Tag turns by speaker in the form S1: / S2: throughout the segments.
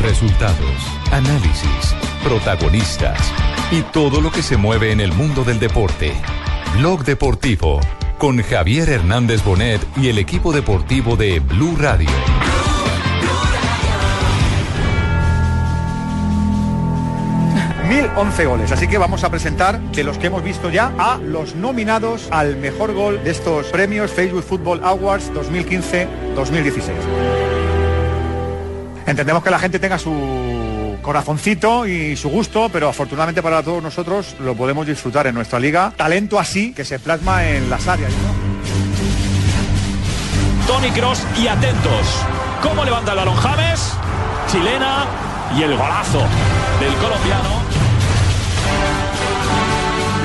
S1: Resultados, análisis, protagonistas y todo lo que se mueve en el mundo del deporte. Blog deportivo con Javier Hernández Bonet y el equipo deportivo de Blue Radio.
S2: Mil once goles. Así que vamos a presentar de los que hemos visto ya a los nominados al mejor gol de estos premios Facebook Football Awards 2015-2016. Entendemos que la gente tenga su corazoncito y su gusto, pero afortunadamente para todos nosotros lo podemos disfrutar en nuestra liga. Talento así que se plasma en las áreas.
S3: Tony Cross y atentos. ¿Cómo levanta el balón James? Chilena y el golazo del colombiano.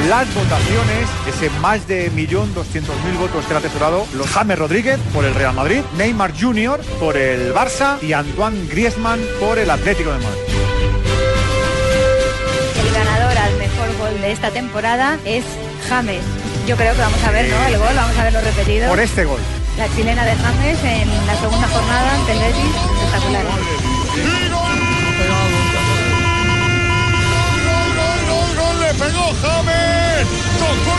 S2: Las votaciones, ese más de 1.200.000 votos que ha atesorado, los James Rodríguez por el Real Madrid, Neymar Jr. por el Barça y Antoine Griezmann por el Atlético de Madrid.
S4: El ganador al mejor gol de esta temporada es James. Yo creo que vamos a ver ¿no? el gol, vamos a verlo repetido.
S2: Por este gol.
S4: La chilena de James en la segunda jornada ante el Betis, espectacular.
S5: pegó James. Tocó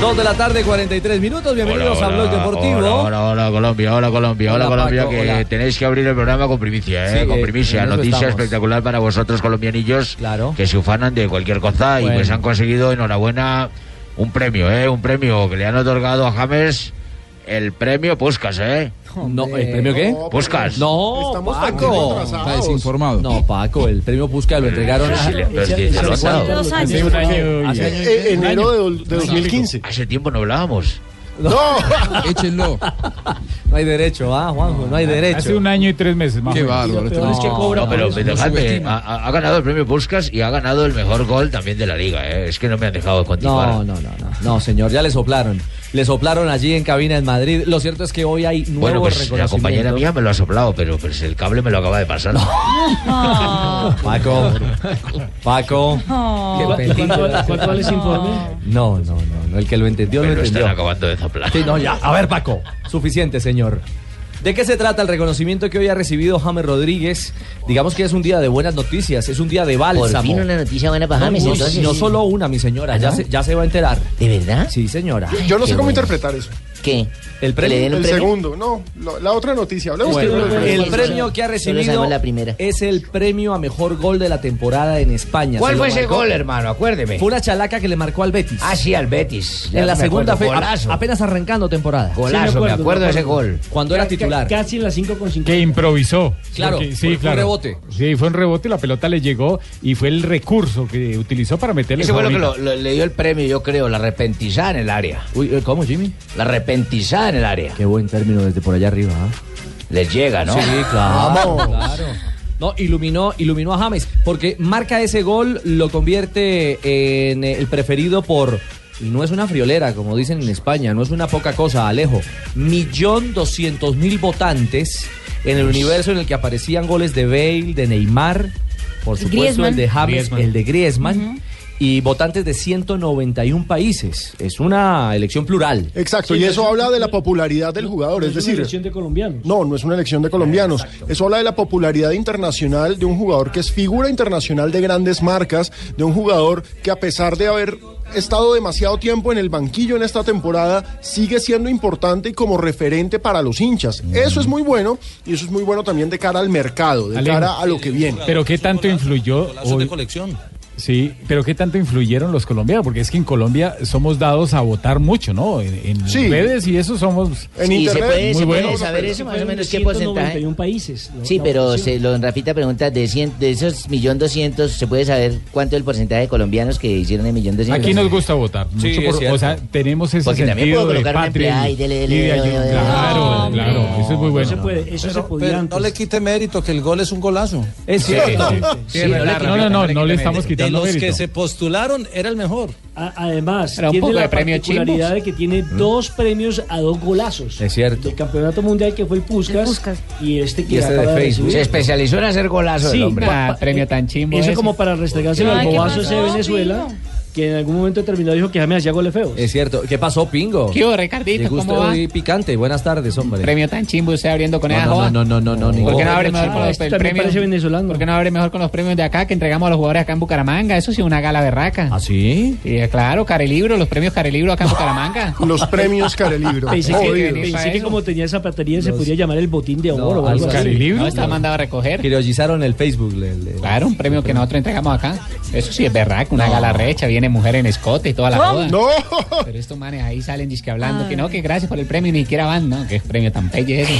S6: Dos de la tarde, 43 minutos. Bienvenidos a Blog Deportivo.
S7: Hola, hola, hola, Colombia, hola, Colombia, hola,
S6: Hola,
S7: Colombia,
S6: Paco,
S7: que
S6: hola.
S7: tenéis que abrir el programa con primicia, ¿eh?
S6: Sí,
S7: con
S6: eh,
S7: primicia.
S6: en eso
S7: Noticia
S6: estamos.
S7: espectacular para vosotros, colombianillos, que se ufanan de cualquier cosa y
S6: Bueno.
S7: pues han conseguido, enhorabuena, un premio, ¿eh? Un premio que le han otorgado a James el premio Puskas, ¿eh?
S6: No, ¿El premio qué?
S7: Puskas.
S6: No, Paco. Está desinformado. No, Paco, el premio Puskas lo entregaron
S7: Sí, le- lo-
S6: hace-
S7: sí, lo-
S6: hace- hace un año y-
S7: Eh, enero de
S6: de 2015.
S7: Hace tiempo no hablábamos.
S6: No, échenlo. No hay derecho, ah, Juanjo, no hay derecho.
S8: Hace un año y tres meses más. o menos.
S9: este
S7: No, pero dejadme, ha, ha- ha ganado el premio Puskas y ha ganado el mejor gol también de la liga. ¿eh? Es que no me han dejado continuar.
S6: No, no, no, no, no, señor, ya le soplaron. Le soplaron allí en cabina en Madrid. Lo cierto es que hoy hay nuevo
S7: Bueno, pues la
S6: reconocimiento.
S7: compañera mía me lo ha soplado, pero pues, el cable me lo acaba de pasar.
S4: Oh.
S6: Paco, Paco.
S10: ¿Cuál- cuál- cuál- cuál es informe?
S6: No, no, no, no, el que lo entendió
S7: Me
S6: lo
S7: lo
S6: entendió.
S7: están acabando de soplar.
S6: Sí, no, ya. A ver, Paco. Suficiente, señor. ¿De qué se trata el reconocimiento que hoy ha recibido James Rodríguez? Digamos que es un día de buenas noticias, es un día de bálsamo.
S11: Por fin una noticia buena para
S6: No,
S11: James,
S6: no,
S11: entonces.
S6: no solo una, mi señora,
S11: ¿Ah,
S6: ya,
S11: no?
S6: se, ya se va a enterar.
S11: ¿De verdad?
S6: Sí, señora.
S12: Yo no sé cómo interpretar eso.
S11: ¿Qué?
S6: ¿El premio?
S12: el segundo, no. lo- la otra noticia. Hablemos
S6: Bueno,
S12: primero del
S6: el
S12: premio.
S6: premio que ha recibido es el premio a mejor gol de la temporada en España.
S9: ¿Cuál
S6: Se lo
S9: fue ese
S6: marcó-
S9: gol, hermano? Acuérdeme.
S6: Fue una chalaca que le marcó al Betis.
S9: Ah, sí, al Betis. Ya
S6: en la
S9: me
S6: segunda
S9: acuerdo.
S6: fe,
S9: Golazo.
S6: a- apenas arrancando temporada.
S9: Golazo, me acuerdo de ese gol.
S6: Cuando era titular.
S8: Casi en las 5 con Que improvisó.
S6: Claro,
S8: Porque-
S6: fue- fue un rebote.
S8: Sí, fue un rebote, la pelota le llegó y fue el recurso que utilizó para meterle
S9: Ese fue lo que
S8: favorita.
S9: lo- lo- le dio el premio, yo creo, la repentizada en el área.
S6: Uy, eh, ¿cómo, Jimmy?
S9: La repentizada en el área.
S6: Qué buen término desde por allá arriba. ¿ah?
S9: Les llega, ¿no?
S6: Sí, claro. claro. No, iluminó, iluminó a James, porque marca ese gol, lo convierte en el preferido por. Y no es una friolera, como dicen en España, no es una poca cosa, Alejo. Millón doscientos mil votantes en el universo en el que aparecían goles de Bale, de Neymar, por supuesto
S13: Griezmann.
S6: el de James,
S13: Griezmann.
S6: el de Griezmann, y votantes de 191 países. Es una elección plural.
S12: Exacto, y eso habla de la popularidad del jugador, es decir...
S10: de colombianos.
S12: No, no es una elección de colombianos. Eso habla de la popularidad internacional de un jugador que es figura internacional de grandes marcas, de un jugador que a pesar de haber estado demasiado tiempo en el banquillo en esta temporada, sigue siendo importante y como referente para los hinchas. Eso es muy bueno y eso es muy bueno también de cara al mercado, de
S8: Alejo.
S12: cara a lo que viene.
S8: Pero qué tanto influyó.
S14: Golazos de colección.
S8: Sí, pero ¿qué tanto influyeron los colombianos? Porque es que en Colombia somos dados a votar mucho, ¿no? En, en
S12: Sí.
S8: redes y eso somos
S15: Sí, se puede,
S8: muy
S15: se puede
S8: buenos.
S15: saber eso, más o menos qué
S3: 191
S15: porcentaje.
S3: países. ¿no?
S15: Sí,
S3: La
S15: pero
S3: votación.
S15: se, lo, Rafita pregunta, de, cien, de esos millón doscientos, ¿se puede saber cuánto es el porcentaje de colombianos que hicieron el millón doscientos?
S8: Aquí nos gusta votar.
S15: Sí,
S8: mucho
S15: es
S8: por-
S15: cierto.
S8: o sea, tenemos ese
S15: Porque también
S8: sentido
S15: puedo
S8: de
S15: colocar un
S8: patria.
S15: empleado y dele, dele,
S8: y de
S15: dele,
S8: ayuda.
S15: dele,
S8: Claro, claro. Eso es muy bueno.
S16: eso se podía No le quite mérito que el gol es un golazo.
S8: Es cierto. Sí, sí, es verdad, Rafa, no, no, no le estamos
S16: De
S8: quitando
S16: los que
S8: mérito.
S16: se postularon era el mejor.
S3: Además,
S16: Era un
S3: tiene
S16: poco
S3: la
S16: de premio
S3: particularidad
S16: chimbos.
S3: de que tiene dos premios a dos golazos.
S6: Es cierto.
S3: El campeonato mundial que fue el Puskas, y este que
S9: Y este de
S3: acaba
S9: Facebook.
S3: recibir.
S9: Se especializó en hacer golazos, el hombre. Ah, premio
S3: tan
S9: chimbo
S3: Eso
S9: ese.
S3: eh, como para restregárselo
S9: Ay,
S3: al
S9: ¿qué
S3: bobazo
S9: pasó,
S3: ese de Venezuela, que en algún momento terminó dijo que James hacía goles feos.
S6: Es cierto. ¿Qué pasó, Pingo?
S3: ¿Qué hubo, Ricardito?
S6: Llegó
S3: ¿Cómo
S6: usted
S3: va?
S6: hoy picante. Buenas tardes, hombre.
S17: Premio tan chimbo usted abriendo con
S6: No,
S17: esa
S6: no,
S17: joda.
S6: no, no, no, no, no,
S17: ¿Por qué no
S6: ningún-
S17: abre mejor con
S6: Ah,
S17: los,
S6: este
S17: el
S6: también
S17: premio?
S6: parece
S17: ¿Por qué no abre mejor con los premios de acá que entregamos a los jugadores acá en Bucaramanga? Eso sí, una gala berraca. ¿Ah,
S6: sí?
S17: eh, claro, Carelibro, los premios Carelibro acá en Bucaramanga.
S12: Los premios Carelibro.
S3: Pensé que,
S17: Jodido.
S3: pensé que como tenía zapatería se podía llamar el botín de oro o
S6: al
S3: algo así.
S6: Carelibro.
S17: No, está mandado a recoger.
S6: Criollizaron el Facebook.
S17: Claro, un premio que nosotros entregamos acá. Eso sí es berraca, una gala recha, viene mujer en escote y toda la joda. Pero estos manes ahí salen disque hablando que no, que gracias por el premio y ni siquiera van, ¿no? Que es premio tan pelle ese.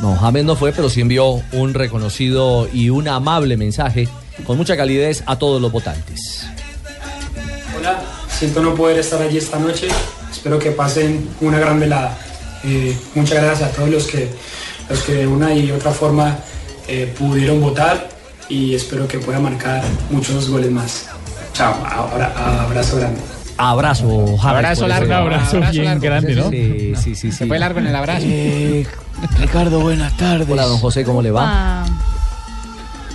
S6: No, James no fue, pero sí envió un reconocido y un amable mensaje con mucha calidez a todos los votantes.
S18: Hola, siento no poder estar allí esta noche. Espero que pasen una gran velada. Eh, muchas gracias a todos los que, los que de una y otra forma eh, pudieron votar y espero que pueda marcar muchos goles más. Chao, abra- abrazo grande.
S6: Abrazo, James.
S17: Abrazo
S6: por ese-
S17: largo. Un abrazo Abrazo bien largo, grande, ¿no?
S6: Sí, sí, sí. Se
S17: fue largo en el abrazo.
S7: Eh,
S6: Ricardo, buenas tardes. Hola, don José, ¿cómo le va?
S4: Ah,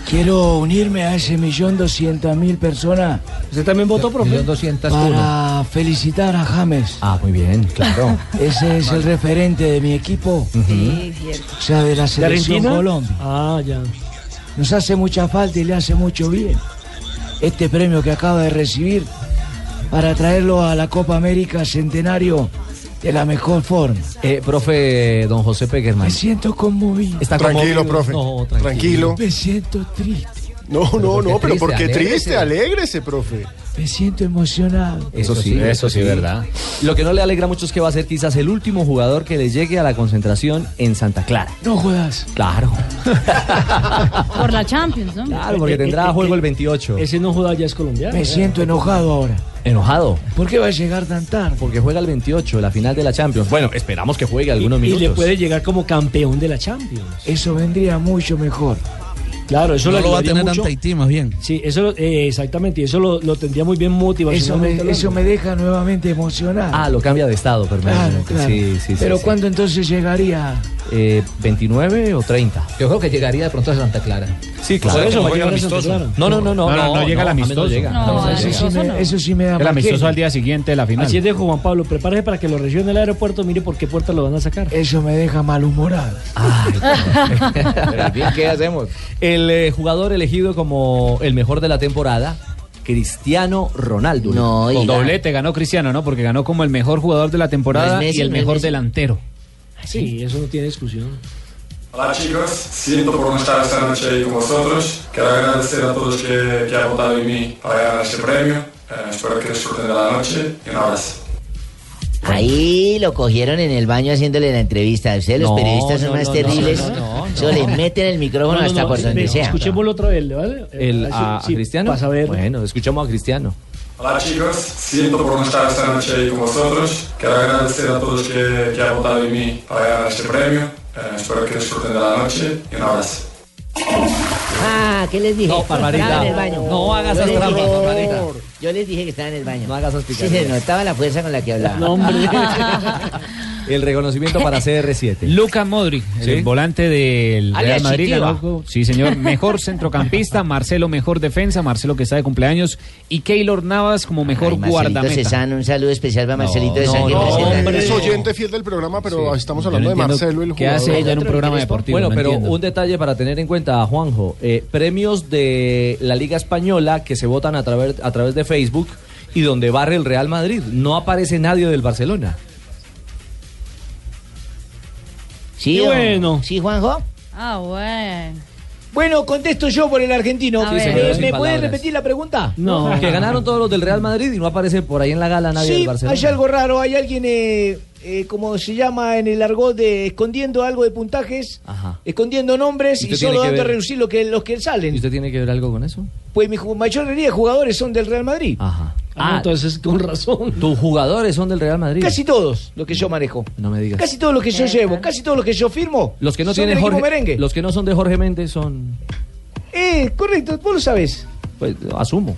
S7: Quiero unirme a ese millón doscientas mil personas. ¿Usted también votó, profe? Millón doscientas Para felicitar a James.
S6: Ah, muy bien, claro.
S7: Ese es el referente de mi equipo. O sea, de la selección
S3: Argentina?
S7: Colombia.
S3: Ah, ya.
S7: Nos hace mucha falta y le hace mucho bien. Este premio que acaba de recibir para traerlo a la Copa América Centenario de la mejor forma.
S6: Eh, profe, don José Peguerman.
S7: Me siento conmovido.
S6: Está Tranquilo, conmovido. profe. No, tranquilo. Tranquilo.
S7: Me siento triste.
S12: No, no, no, pero ¿por qué triste?
S7: alegre?
S12: Alégrese, profe.
S7: Me siento emocionado.
S6: Eso sí, eso sí, verdad. Lo que no le alegra mucho es que va a ser quizás el último jugador que le llegue a la concentración en Santa Clara.
S7: No juegas.
S6: Claro,
S4: Por la Champions, ¿no?
S6: claro, porque tendrá juego el 28.
S3: Ese no juega ya es colombiano.
S7: Me siento enojado ahora.
S6: Enojado.
S7: ¿Por qué va a llegar tan tarde?
S6: Porque juega el 28, la final de la Champions. Bueno, esperamos que juegue algunos
S3: Y
S6: minutos.
S3: le puede llegar como campeón de la Champions.
S7: Eso vendría mucho mejor.
S3: Claro, eso
S7: No
S3: le
S7: lo va a
S3: ayudaría
S7: tener
S3: mucho.
S7: Antaití, más bien.
S3: Sí, eso lo- eh, exactamente, y eso lo, lo tendría muy bien
S7: Eso me,
S3: motivacionalmente.
S7: eso me deja nuevamente emocionado.
S6: Ah, lo cambia de estado
S7: Claro,
S6: permanentemente.
S7: claro.
S6: Sí, sí, sí,
S7: Pero
S6: sí.
S7: ¿cuándo entonces llegaría?
S6: Eh, 29 o 30.
S9: Yo creo que llegaría de pronto a Santa Clara.
S6: Sí, claro.
S9: Por eso
S6: No
S9: juega
S6: llega
S9: el
S6: Santa
S9: amistoso.
S6: Clara. No, no, no, no,
S9: No, no,
S6: no,
S9: no llega el
S6: James
S9: amistoso.
S6: llega.
S7: No, eso, sí me, eso sí me da
S8: El amistoso
S7: marquera.
S8: al día siguiente de la final.
S3: Así es, Dejo Juan Pablo, prepárese para que lo reciban en el aeropuerto, mire por qué puerta lo van a sacar.
S7: Eso me deja malhumorado.
S6: ¿Qué hacemos? El eh, jugador elegido como el mejor de la temporada, Cristiano Ronaldo. No,
S17: Con doblete ganó Cristiano, ¿no? Porque ganó como el mejor jugador de la temporada
S6: No es Messi,
S17: y el
S6: no es
S17: mejor
S6: Messi.
S17: delantero.
S3: Sí, eso no tiene discusión.
S19: Hola chicos, siento por no estar esta noche ahí con vosotros. Quiero agradecer a todos que, que han votado en mí para ganar este premio. Eh, espero que disfruten de la noche y un abrazo.
S15: Ahí lo cogieron en el baño haciéndole la entrevista. Ustedes los
S6: No,
S15: periodistas son
S6: no,
S15: más
S6: no,
S15: terribles.
S6: no, no, no,
S15: Solo
S6: no.
S15: les meten el micrófono hasta por
S3: ve,
S15: donde sea.
S3: Escuchémoslo otra vez, ¿vale?
S6: El,
S3: Ah, sí,
S6: a, a
S3: sí,
S6: Cristiano?
S3: Vas a ver.
S6: Bueno, escuchamos a Cristiano.
S19: Hola chicos, siento por no estar esta noche ahí con vosotros. Quiero agradecer a todos que, que han votado en mí para ganar este premio. Eh, espero que disfruten de la noche y un abrazo.
S15: Ah, ¿qué les dije?
S6: No, Barbarita.
S15: Estaban en el baño.
S6: No hagas
S15: Yo
S6: esas
S15: les dije-
S6: trampas, Barbarita.
S15: Yo les dije que estaba en el baño. No
S6: hagas esas
S15: Sí, se
S6: picaresas.
S15: notaba la fuerza con la que hablaba.
S6: No, hombre. El reconocimiento para CR7.
S17: Luca Modric,
S6: Sí.
S17: el volante del
S6: Alias
S17: Real Madrid.
S6: Chitiva.
S17: ganó- sí, señor. Mejor centrocampista, Marcelo mejor defensa, Marcelo que está de cumpleaños y Keylor Navas como mejor
S15: Marcelito
S17: guardameta.
S15: Cezanne, un saludo especial para Marcelito de
S17: no,
S15: San que
S17: no,
S15: presenta-
S17: hombre.
S12: Es oyente fiel del programa, pero estamos hablando de Marcelo, el jugador.
S6: Bueno, pero un detalle para tener en cuenta, Juanjo. eh, premios de la Liga Española que se votan a través, a través de Facebook y donde barre el Real Madrid. No aparece nadie del Barcelona.
S15: Sí,
S6: Qué
S15: don-
S6: bueno.
S15: ¿Sí, Juanjo?
S4: Ah, bueno.
S7: Bueno, contesto yo por el argentino.
S6: A Sí, ver. señor,
S7: Eh,
S6: sin
S7: ¿Me puedes
S6: palabras.
S7: repetir la pregunta?
S6: No. Que ganaron todos los del Real Madrid y no aparece por ahí en la gala nadie del
S7: Sí,
S6: Barcelona.
S7: hay algo raro. Hay alguien, eh, eh, como se llama en el argot, de escondiendo algo de puntajes,
S6: Ajá.
S7: escondiendo nombres
S6: ¿Y
S7: y
S6: usted tiene
S7: solo
S6: que
S7: dando a
S6: ver?
S7: reducir lo que, los que salen.
S6: ¿Y usted tiene que ver algo con eso?
S7: Pues mi ju- mayoría de jugadores son del Real Madrid.
S6: Ajá.
S7: Ah,
S6: entonces con razón. Tus jugadores son del Real Madrid.
S7: Casi todos los que yo manejo.
S6: No me digas.
S7: Casi todos los que yo llevo, casi todos los que yo firmo.
S6: Los que no
S7: son
S6: tienen
S7: del equipo
S6: Jorge,
S7: merengue.
S6: los que no son de Jorge Méndez son,
S7: Eh, correcto, vos lo sabés.
S6: pues asumo.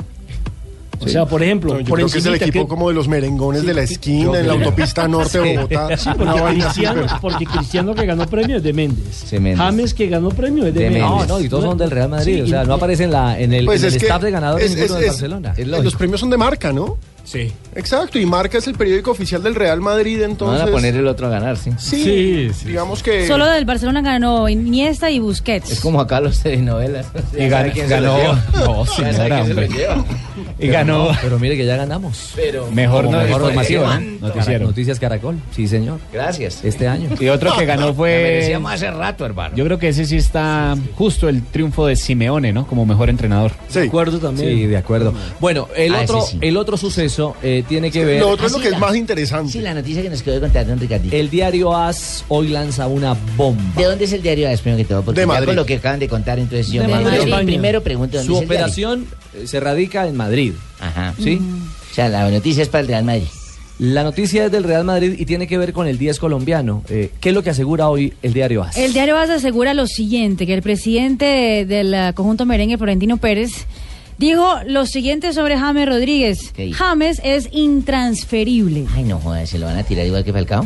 S7: O sea, por ejemplo,
S12: No, yo
S7: por
S12: creo que es el
S7: encimita,
S12: equipo
S7: ¿qué?
S12: como de los merengones de la esquina en la autopista norte de Bogotá. Ah,
S3: Sí,
S12: Una
S3: porque
S12: vaina así,
S3: Cristiano,
S12: pero-
S3: porque Cristiano que ganó premio es de Méndez.
S6: De Méndez.
S3: James que ganó premio es de,
S6: De
S3: Méndez.
S6: Méndez. No, no, y todos son del Real Madrid.
S3: Sí,
S6: o sea,
S3: y-
S6: no aparecen en, la, en el,
S12: Pues
S6: en
S12: es
S6: el
S12: que
S6: staff de ganadores
S12: es-
S6: ninguno
S12: es-
S6: de
S12: es-
S6: Barcelona. Es
S12: los
S6: lógico.
S12: premios son de marca, ¿no? Sí. Exacto, y marca es el periódico oficial del Real Madrid, entonces.
S15: Van a poner el otro a ganar, sí.
S12: Sí, digamos que.
S4: Solo del Barcelona ganó Iniesta y Busquets.
S15: Es como acá los telenovelas.
S4: Y
S15: Ya
S4: gan-
S15: sabe quién se
S17: ganó-
S15: los lleva.
S17: No,
S15: Ya sabe
S17: señora,
S15: quién se los
S17: hombre.
S15: lleva.
S17: Y ganó.
S6: pero mire que ya ganamos.
S15: Pero-
S17: Mejor
S6: Como
S17: no- Mejor
S6: mejor formación.
S17: levanta. Noticiero.
S6: Noticias Caracol. Sí, señor.
S15: Gracias.
S6: Este año.
S17: Y otro que ganó fue.
S15: Me merecíamos hace rato, hermano.
S17: Yo creo que ese sí está justo el triunfo de Simeone, ¿no? Como mejor entrenador.
S6: De acuerdo también. Mm. Sí, de acuerdo. Bueno, el,
S17: Ah,
S6: otro,
S17: ese sí.
S6: el otro suceso eh, tiene que ver.
S12: interesante.
S15: Ah, Sí, la noticia que nos quedó de contar, don Ricardito.
S6: El diario AS hoy lanza una bomba.
S15: ¿De dónde es el diario AS, primero que todo? Porque
S6: De
S15: ya
S6: Madrid.
S15: con lo que acaban de contar, entonces yo
S6: De
S15: me
S6: Madrid.
S15: yo
S6: España.
S15: primero pregunto dónde
S6: Su
S15: es el diario.
S6: operación eh, se radica en Madrid.
S15: Ajá. Mm.
S6: ¿Sí?
S15: O sea, la noticia es para el Real Madrid.
S6: La noticia es del Real Madrid y tiene que ver con el 10 colombiano. Eh, ¿Qué es lo que asegura hoy el diario AS?
S4: El diario AS asegura lo siguiente, que el presidente del eh, conjunto merengue, Florentino Pérez, dijo lo siguiente sobre James Rodríguez.
S15: ¿Qué dijo?
S4: James es intransferible.
S15: Ay, no jodas, ¿se lo van a tirar igual que Falcao?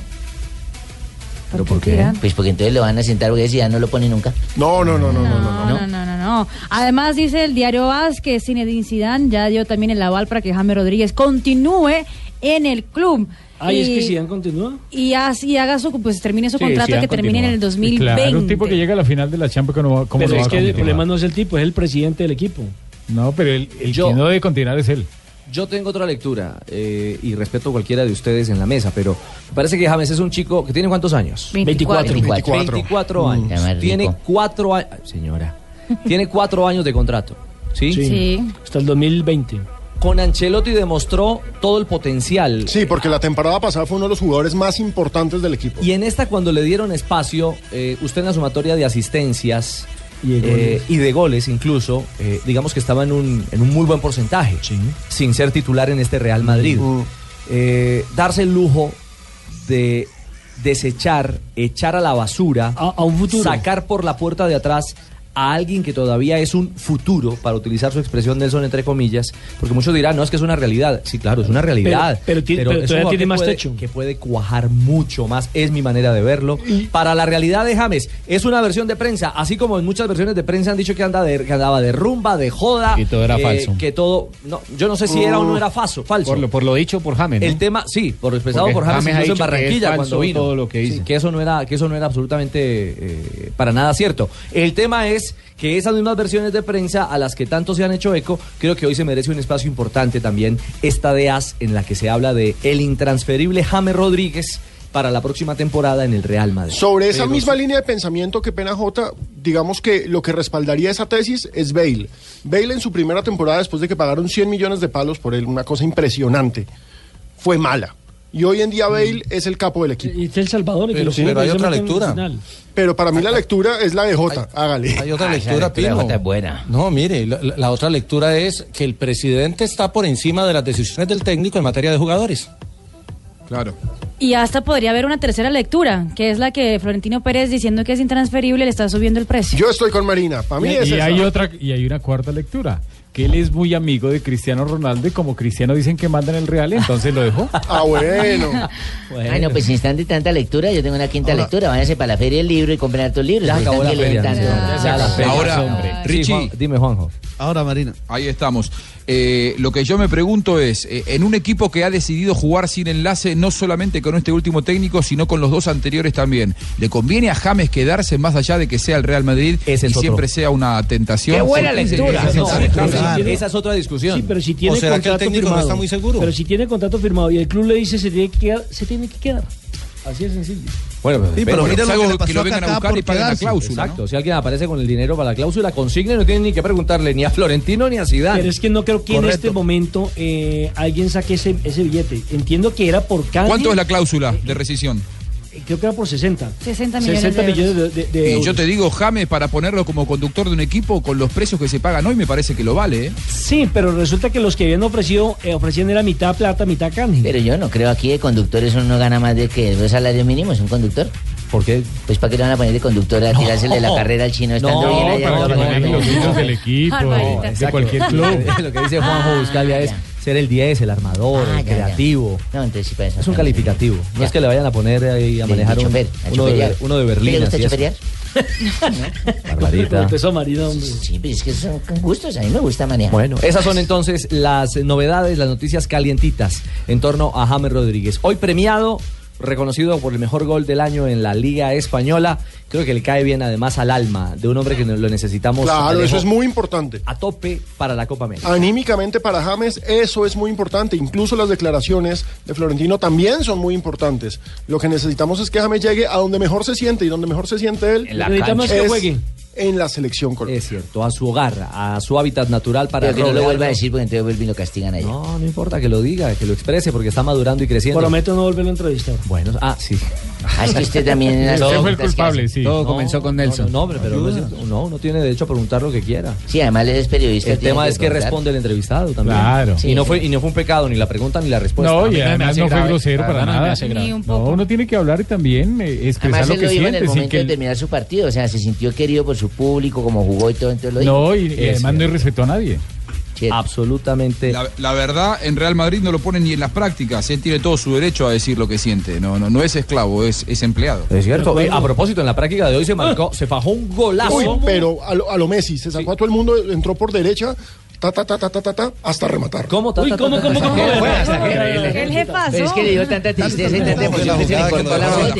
S15: ¿Pero por
S4: qué? tiran?
S15: Pues porque entonces lo van a sentar porque si ya no lo pone nunca.
S12: No, no, no, no, no, no.
S15: no.
S4: No, no, no, no. Además dice el diario AS que Zinedine Zidane ya dio también el aval para que James Rodríguez continúe en el club.
S3: Ay, es que
S4: Y-
S3: Zidane continúa.
S4: y, haz- y haga su pues termine su
S8: Sí,
S4: contrato
S8: Zidane
S4: que termine en el
S8: Y
S4: 2020.
S8: Claro, un tipo que llega a la final de la Champions, ¿cómo no va, cómo
S3: Pero
S8: no va
S3: es
S8: a
S3: que el
S8: continuar?
S3: problema no es el tipo, es el presidente del equipo.
S8: No, pero el, el
S6: Yo-
S8: que no debe continuar es él.
S6: Yo tengo otra lectura eh, y respeto a cualquiera de ustedes en la mesa, pero me parece que James es un chico que tiene cuántos años?
S15: 24.
S6: 24,
S15: 24.
S6: 24
S15: Mm,
S6: años.
S15: ya más
S6: tiene
S15: rico.
S6: cuatro años. Señora, tiene cuatro años de contrato. ¿Sí?
S3: Sí. Sí.
S6: Hasta el 2020. Con Ancelotti demostró todo el potencial.
S12: Sí, porque la temporada pasada fue uno de los jugadores más importantes del equipo.
S6: Y en esta, cuando le dieron espacio, eh, usted en la sumatoria de asistencias
S12: Y de goles.
S6: eh, y de goles incluso, eh, digamos que estaba en un, en un muy buen porcentaje, sin ser titular en este Real Madrid.
S12: Mm.
S6: Eh, darse el lujo de desechar, echar a la basura, sacar por la puerta de atrás a alguien que todavía es un futuro, para utilizar su expresión Nelson entre comillas, porque muchos dirán, no, es que es una realidad. Sí, claro, es una realidad.
S3: Pero- pero ti- pero
S6: es un
S3: todavía
S6: jugador
S3: tiene
S6: que
S3: más
S6: puede-
S3: techo.
S6: Que puede cuajar mucho más, es mi manera de verlo. Para la realidad de James, es una versión de prensa, así como en muchas versiones de prensa han dicho que, anda de, que andaba de rumba, de joda. eh,
S17: Y todo era falso.
S6: Que todo, no, yo no sé si era o no era falso, falso.
S17: Por lo, por lo dicho por James. ¿no?
S6: El tema, sí, por expresado
S17: Porque
S6: por James,
S17: James ha
S6: incluso
S17: dicho
S6: en
S17: que es
S6: Barranquilla
S17: falso
S6: cuando vino.
S17: todo lo que
S6: Sí,
S17: dice.
S6: que eso no era, que eso no era absolutamente eh, para nada cierto. El tema es que esas mismas versiones de prensa a las que tanto se han hecho eco, creo que hoy se merece un espacio importante también esta de AS en la que se habla de el intransferible James Rodríguez para la próxima temporada en el Real Madrid.
S12: Sobre esa
S6: Pero
S12: misma línea de pensamiento que pena J, digamos que lo que respaldaría esa tesis es Bale. Bale en su primera temporada, después de que pagaron 100 millones de palos por él, una cosa impresionante, fue mala. Y hoy en día Bale es el capo del equipo.
S3: Y está El Salvador. y que
S12: Mm. Pero
S3: los
S12: sí, pero
S3: jugadores
S12: hay
S3: se
S12: otra
S3: meten en la
S12: lectura.
S3: final.
S12: Pero para mí la lectura es la de J, hágale.
S16: Hay otra
S12: Ah,
S16: lectura,
S12: claro, que la
S16: Pino.
S12: Jota es
S15: buena.
S16: No, mire, la, la- la otra lectura es que el presidente está por encima de las decisiones del técnico en materia de jugadores.
S12: Claro.
S4: Y hasta podría haber una tercera lectura, que es la que Florentino Pérez diciendo que es intransferible le está subiendo el precio.
S12: Yo estoy con Marina, para mí
S8: y,
S12: es
S8: y
S12: esa.
S8: hay otra y hay una cuarta lectura que él es muy amigo de Cristiano Ronaldo y como Cristiano dicen que manda en el Real entonces lo dejó
S12: ah bueno
S15: Ay, no, pues si están de tanta lectura, yo tengo una quinta lectura. Váyanse para la feria del libro y compren hartos libros.
S6: Ya
S15: Pues
S6: acabó
S15: están
S6: la
S15: que
S6: feria.
S15: leen tanto.
S6: Ya la feria, hombre.
S20: Richie.
S6: dime, Juanjo.
S20: Ahora, Marina. Ahí estamos. Eh, lo que yo me pregunto es, eh, en un equipo que ha decidido jugar sin enlace, no solamente con este último técnico, sino con los dos anteriores también, ¿le conviene a James quedarse más allá de que sea el Real Madrid y
S6: otro.
S20: siempre sea una tentación?
S6: Qué buena
S20: Porque ese-
S6: lectura.
S20: ese es el
S6: No,
S20: James.
S6: esa- esa es otra discusión.
S3: Sí, pero si
S20: ¿O
S3: tiene
S20: será que el
S3: contrato
S20: técnico no
S3: firmado,
S20: está muy seguro?
S3: Pero si tiene contrato firmado y el club le dice se tiene que quedar, se tiene que quedar. Así es sencillo.
S6: Bueno, pues
S3: Sí, pero mira lo que le pasó a Kaká por quedarse.
S6: Exacto, si alguien aparece con el dinero para la cláusula, consigne, no tiene ni que preguntarle ni a Florentino ni a Zidane.
S3: Pero es que no creo que en este momento eh, alguien saque ese, ese billete. Entiendo que era por cada.
S20: ¿Cuánto es la cláusula de rescisión?
S3: Creo que era por 60.
S21: 60
S3: millones 60 de millones euros. de- de- de
S20: y yo
S3: euros.
S20: te digo, James, para ponerlo como conductor de un equipo, con los precios que se pagan hoy, me parece que lo vale. ¿eh?
S3: Sí, pero resulta que los que habían ofrecido eh, ofrecían era mitad plata, mitad canje.
S15: Pero yo no creo aquí de conductores uno gana más de que dos salarios mínimos, un conductor.
S6: ¿Por qué?
S15: Pues para qué le van a poner de conductor a tirársele la carrera al chino estando bien allá.
S6: para
S15: Bueno,
S6: poner
S15: bueno.
S6: los hilos del
S8: equipo,
S15: Ah,
S6: Barbarita. Exacto. Lo que dice Juanjo
S3: ah,
S6: Buscalia es ser el 10, el armador, el creativo. es un calificativo. No es que le vayan a poner ahí
S15: De- de
S6: a manejar un-
S15: chofer, a
S6: uno,
S15: choferear.
S6: de, uno de
S15: ¿Qué le
S6: Berlín.
S15: gusta
S6: así es.
S15: choferear? Pues
S6: Barbarita.
S3: Empezó Marina, hombre.
S15: Sí, pero es que son gustos, a mí me gusta manejar.
S6: Bueno, esas son entonces las novedades, las noticias calientitas en torno a James Rodríguez. Hoy premiado, reconocido por el mejor gol del año en la Liga Española. Creo que le cae bien además al alma de un hombre que lo necesitamos.
S12: Claro, eso
S6: Alejo,
S12: es muy importante.
S6: A tope para la Copa América.
S12: Anímicamente para James eso es muy importante. Incluso las declaraciones de Florentino también son muy importantes. Lo que necesitamos es que James llegue a donde mejor se siente y donde mejor se siente él.
S6: la Necesitamos cancha. que juegue.
S12: En la selección colombiana.
S6: Es cierto, a su hogar, a su hábitat natural para
S12: Pero que no lo vuelva a
S6: decir
S15: porque entonces vuelven y lo castigan allá.
S6: No, no importa que lo diga, que lo exprese porque está madurando y creciendo.
S3: Prometo no volverlo a entrevistar.
S6: Bueno, ah, sí.
S15: es que usted también en las Usted fue el preguntas que culpable, hace. sí.
S6: Todo
S15: No,
S6: comenzó con Nelson. No, no, pero, pero no, es- no, no tiene derecho a preguntar lo que quiera.
S15: Sí, además él es periodista.
S6: El
S15: tiene
S6: tema es que
S15: preguntar.
S6: responde el entrevistado también.
S8: Claro.
S6: Y no fue, y no fue un pecado ni la pregunta ni la respuesta.
S15: pues,
S8: No, y además no fue grosero para nada. No, uno tiene que hablar y también eh, expresar
S15: Además,
S8: lo
S15: él
S8: que
S15: lo dijo en el
S8: siente. sin
S15: momento
S8: que
S15: de
S8: el-
S15: terminar su partido. O sea, se sintió querido por su público, como jugó y todo. Entonces lo
S8: No, y,
S15: dijo.
S8: y además no irrespetó a nadie.
S6: Absolutamente.
S20: La, la verdad, en Real Madrid no lo ponen ni en las prácticas. Él tiene todo su derecho a decir lo que siente. No, no, no es esclavo, es, es empleado.
S6: Es cierto. Eh, A propósito, en la práctica de hoy se marcó, se fajó un golazo.
S12: Uy, pero a lo, a lo Messi, se sacó a todo el mundo, entró por derecha, ta, ta, ta, ta, ta, ta, ta, hasta rematar.
S6: ¿Cómo, ta,
S15: Uy, ta, ta, ¿cómo, ta, cómo, ta, cómo? ta, ta, ta,
S21: El jefazo.
S15: Pero es que le dio tanta tristeza y tanta emoción Ah, que se le cortó la voz.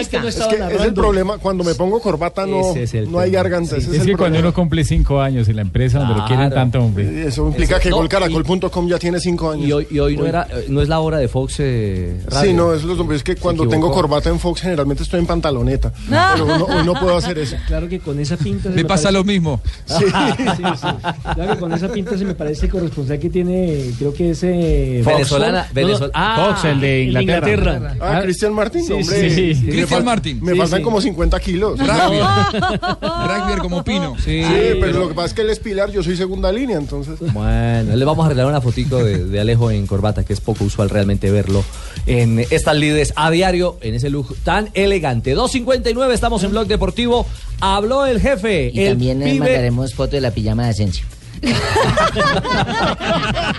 S12: Es que es el problema, cuando me pongo corbata no,
S8: Ese es el
S12: no hay garganta.
S8: Es,
S12: ese es
S8: que
S12: el
S8: cuando
S12: problema.
S8: uno cumple cinco años en la empresa donde lo quieren
S6: Claro.
S8: tanto, hombre.
S12: Eso implica que
S6: No,
S12: golcaracol.com ya tiene cinco años.
S6: Y hoy, y hoy no, era, eh, no es la hora de Fox eh, Radio.
S12: Sí, no, es, los, es que cuando tengo
S6: equivocó.
S12: corbata en Fox generalmente estoy en pantaloneta. Pero hoy no, hoy no puedo hacer eso.
S3: Claro que con esa pinta. se
S20: Le pasa
S3: parece- Ah,
S20: lo mismo.
S12: Sí.
S3: Sí, sí. Claro que con esa pinta se me parece el corresponsal que tiene, creo que eh, ese.
S6: Fox. Venezolana- Venezol- Ah, Fox, el de Inglaterra.
S12: Ah, Cristian Martín,
S3: Sí,
S12: hombre.
S3: sí, sí.
S12: Me
S3: Cristian
S12: fal-
S3: Martin.
S12: Me
S3: Sí,
S12: faltan
S3: sí.
S12: como 50 kilos.
S20: Rugby como pino.
S12: Sí, pero lo que pasa es que él es pilar, yo soy segunda línea, entonces.
S6: Bueno, le vamos a arreglar una fotico de, de Alejo en corbata, que es poco usual realmente verlo en estas lides a diario, en ese look tan elegante. 2.59, estamos en Blog Deportivo. Habló el jefe.
S15: Y
S6: el
S15: también le
S6: pibe-
S15: mandaremos foto de la pijama de Asensio.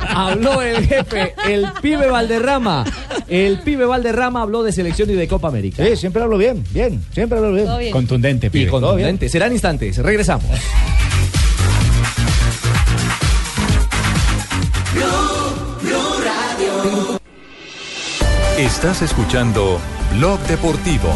S6: Habló el jefe, el pibe Valderrama. El pibe Valderrama habló de selección y de Copa América. Sí, siempre hablo bien, bien, siempre hablo
S9: bien. Todo bien.
S6: Contundente, pibe. contundente. Serán instantes, regresamos.
S1: Estás escuchando Blog Deportivo.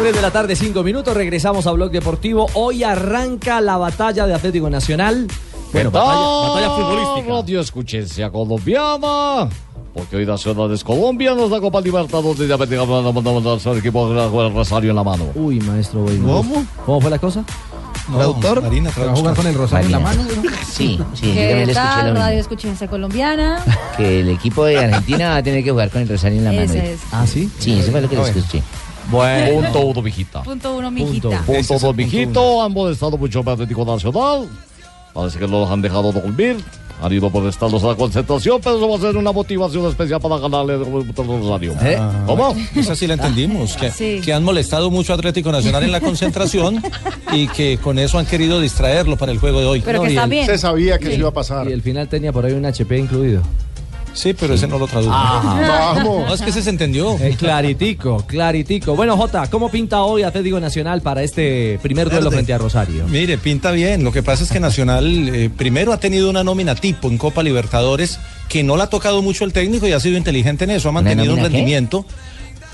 S6: 3 de la tarde, 5 minutos, regresamos a Blog Deportivo. Hoy arranca la batalla de Atlético Nacional. Bueno, batalla, batalla futbolística.
S22: Radio Escuchencia Colombiana. Porque hoy Nacionales Colombianos la Copa Libertadores de América van a mandar al equipo con el rosario en la mano.
S6: Uy, maestro Boino.
S22: ¿Cómo?
S6: ¿Cómo fue la cosa?
S22: Traductor. Marina,
S6: ¿Va a jugar con el rosario en la mano?
S15: Sí, sí, yo también
S4: ¿Qué
S15: le escuché lo
S4: tal?
S15: mismo.
S4: Radio Escuchencia Colombiana.
S15: Que el equipo de Argentina va a tener que jugar con el Rosario en la mano.
S4: Esa es.
S6: ¿Ah, sí?
S15: Sí, eso fue lo que les escuché.
S22: Bueno. Punto uno, mijita.
S4: Punto uno, mijita.
S22: Punto dos, mijito. Han molestado mucho a Atlético Nacional. Parece que no los han dejado dormir. Han ido por estados a la concentración, pero eso va a ser una motivación especial para ganarle el Rosario. ¿Cómo?
S16: Esa sí la entendimos, que,
S4: Sí.
S16: que han molestado mucho a Atlético Nacional en la concentración y que con eso han querido distraerlo para el juego de hoy.
S4: Pero que
S16: y
S4: está
S16: el-
S4: bien. Se sabía que
S6: Sí.
S4: eso iba a
S12: pasar.
S6: Y el final tenía por ahí un HP incluido.
S16: Sí, pero ese no lo tradujo.
S6: Ah.
S16: No, es que ese se entendió.
S6: Eh, claritico, claritico. Bueno, Jota, ¿cómo pinta hoy Atlético Nacional para este primer duelo
S16: Verde.
S6: frente a Rosario?
S16: Mire, pinta bien. Lo que pasa es que Nacional eh, primero ha tenido una nómina tipo en Copa Libertadores que no la ha tocado mucho el técnico y ha sido inteligente en eso. Ha mantenido un
S6: nómina qué?
S16: rendimiento.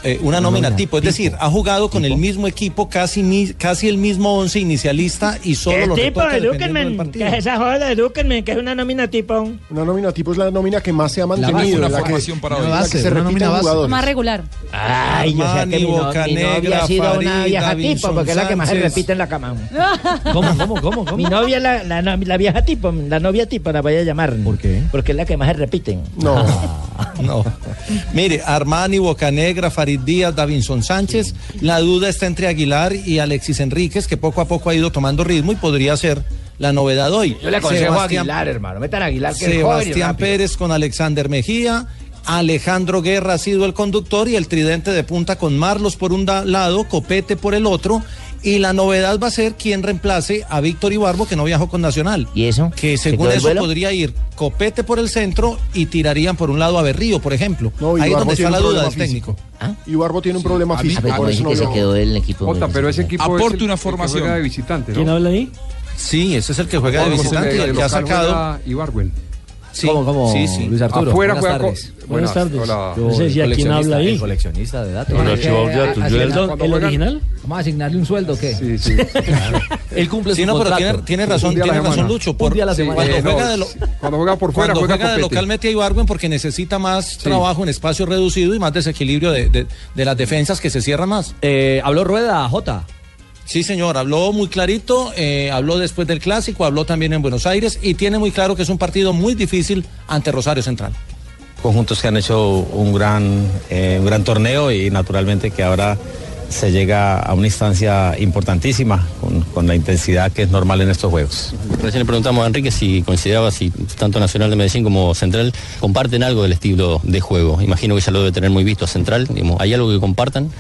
S16: eh, una nómina tipo. Es decir, ha jugado con el mismo equipo, casi, mi- casi el mismo once inicialista y solo lo
S23: ¿Qué
S16: que
S23: tipo,
S16: toca dependiendo del
S23: Edúquenme?
S16: partido.
S23: ¿Qué es esa joda, Edúquenme? Que es una nómina tipo.
S12: Una nómina tipo es la nómina que más se ha
S20: base,
S12: mantenido.
S20: una
S12: la que-
S20: formación para hoy.
S12: la
S20: Base,
S12: que se
S20: una
S12: repiten
S20: nómina base.
S12: jugadores.
S4: Más regular.
S16: Ay,
S23: yo sé que mi no- mi novia ha sido una vieja tipo, porque es la que más se repite en la cama.
S6: ¿Cómo, cómo, cómo?
S23: Mi novia es la, la, la vieja tipo, la novia tipo, la voy a llamar. ¿Por qué? Porque es la que más se repiten.
S16: No. no. Mire, Armani, Bocanegra, Farid Díaz, Davinson Sánchez. La duda está entre Aguilar y Alexis Enríquez, que poco a poco ha ido tomando ritmo y podría ser la novedad hoy.
S9: Yo le aconsejo a
S16: Sebastián-
S9: Aguilar, hermano. Metan a Aguilar que es joven y
S16: Sebastián
S9: rápido.
S16: Pérez con Alexander Mejía. Alejandro Guerra ha sido el conductor y el tridente de punta con Marlos por un da- lado, Copete por el otro. Y la novedad va a ser quién reemplace a Víctor Ibarbo, que no viajó con Nacional. ¿Y eso? Que según
S15: quedó el
S16: eso
S15: vuelo?
S16: podría ir Copete por el centro y tirarían por un lado a Berrío, por ejemplo.
S12: No,
S16: Ahí es
S12: Ibarbo
S16: donde está
S12: tiene
S16: la
S12: un
S16: duda del
S12: problema
S16: técnico.
S12: Y Barbo tiene un problema
S16: ¿Ah? A mí-
S12: físico,
S16: Ah, pero
S12: por eso no
S16: que se
S12: lo-
S16: quedó
S15: el equipo.
S16: Jota, pero ese equipo es
S12: Aporte
S16: el-
S12: una
S16: el que
S12: formación.
S16: juega de
S24: visitante,
S16: ¿no? ¿Quién
S24: habla
S23: ahí?
S16: Sí, ese es el que juega de
S24: Ojo,
S16: visitante,
S24: porque
S16: y el
S24: de
S16: que ha
S24: local
S16: sacado.
S24: juega Ibarwen.
S16: Sí,
S24: ¿Cómo, cómo,
S16: sí, sí.
S24: Luis Arturo?
S16: Afuera
S24: Buenas
S16: juega co-
S24: tardes. Buenas tardes.
S16: hola.
S24: Yo- No sé si a quién habla ahí.
S9: El coleccionista de datos.
S24: El archivo de datos, yo-
S9: Asignar-
S24: ¿El
S9: ¿Cuándo
S24: original?
S9: juegan? ¿Vamos a asignarle un sueldo o qué? Sí, sí. Él cumple
S16: Sí,
S9: su
S16: no, pero
S9: contrato.
S16: tiene, tiene razón,
S9: Un día a la
S16: tiene razón
S9: semana.
S16: Lucho.
S9: Un
S16: por-
S9: día a la
S16: sí,
S9: semana.
S16: cuando,
S9: Eh, no,
S16: juega de lo-
S24: Cuando juega por fuera,
S16: cuando
S24: juega,
S16: juega de
S24: Copete.
S16: local mete a Ibarwen porque necesita más trabajo en espacio reducido y más desequilibrio de, de- de las defensas que se cierran más.
S6: habló Rueda, Jota.
S16: Sí, señor, habló muy clarito, eh, habló después del clásico, habló también en Buenos Aires y tiene muy claro que es un partido muy difícil ante Rosario Central.
S25: conjuntos que han hecho un gran, eh, un gran torneo y naturalmente que ahora se llega a una instancia importantísima con, con la intensidad que es normal en estos juegos.
S26: Recién le preguntamos a Enrique si consideraba si tanto Nacional de Medellín como Central comparten algo del estilo de juego. Imagino que ya lo debe tener muy visto Central. Digamos, ¿Hay algo que compartan?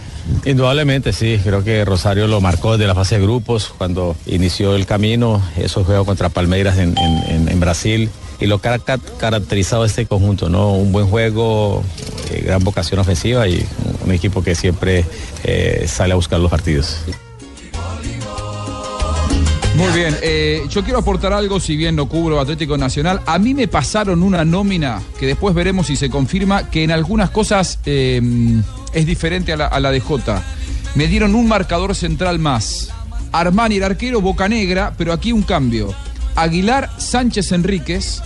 S25: Indudablemente sí, creo que Rosario lo marcó desde la fase de grupos cuando inició el camino, esos juegos contra Palmeiras en, en- en- en Brasil y lo que ha ca- caracterizado este conjunto, ¿no? Un buen juego, eh, gran vocación ofensiva y un- un equipo que siempre eh, sale a buscar los partidos.
S20: Muy bien, eh, yo quiero aportar algo, si bien no cubro Atlético Nacional. A mí me pasaron una nómina que después veremos si se confirma, que en algunas cosas eh, es diferente a la, a la de Jota. Me dieron un marcador central más. Armani, el arquero, Boca Negra, pero aquí un cambio. Aguilar, Sánchez Enríquez,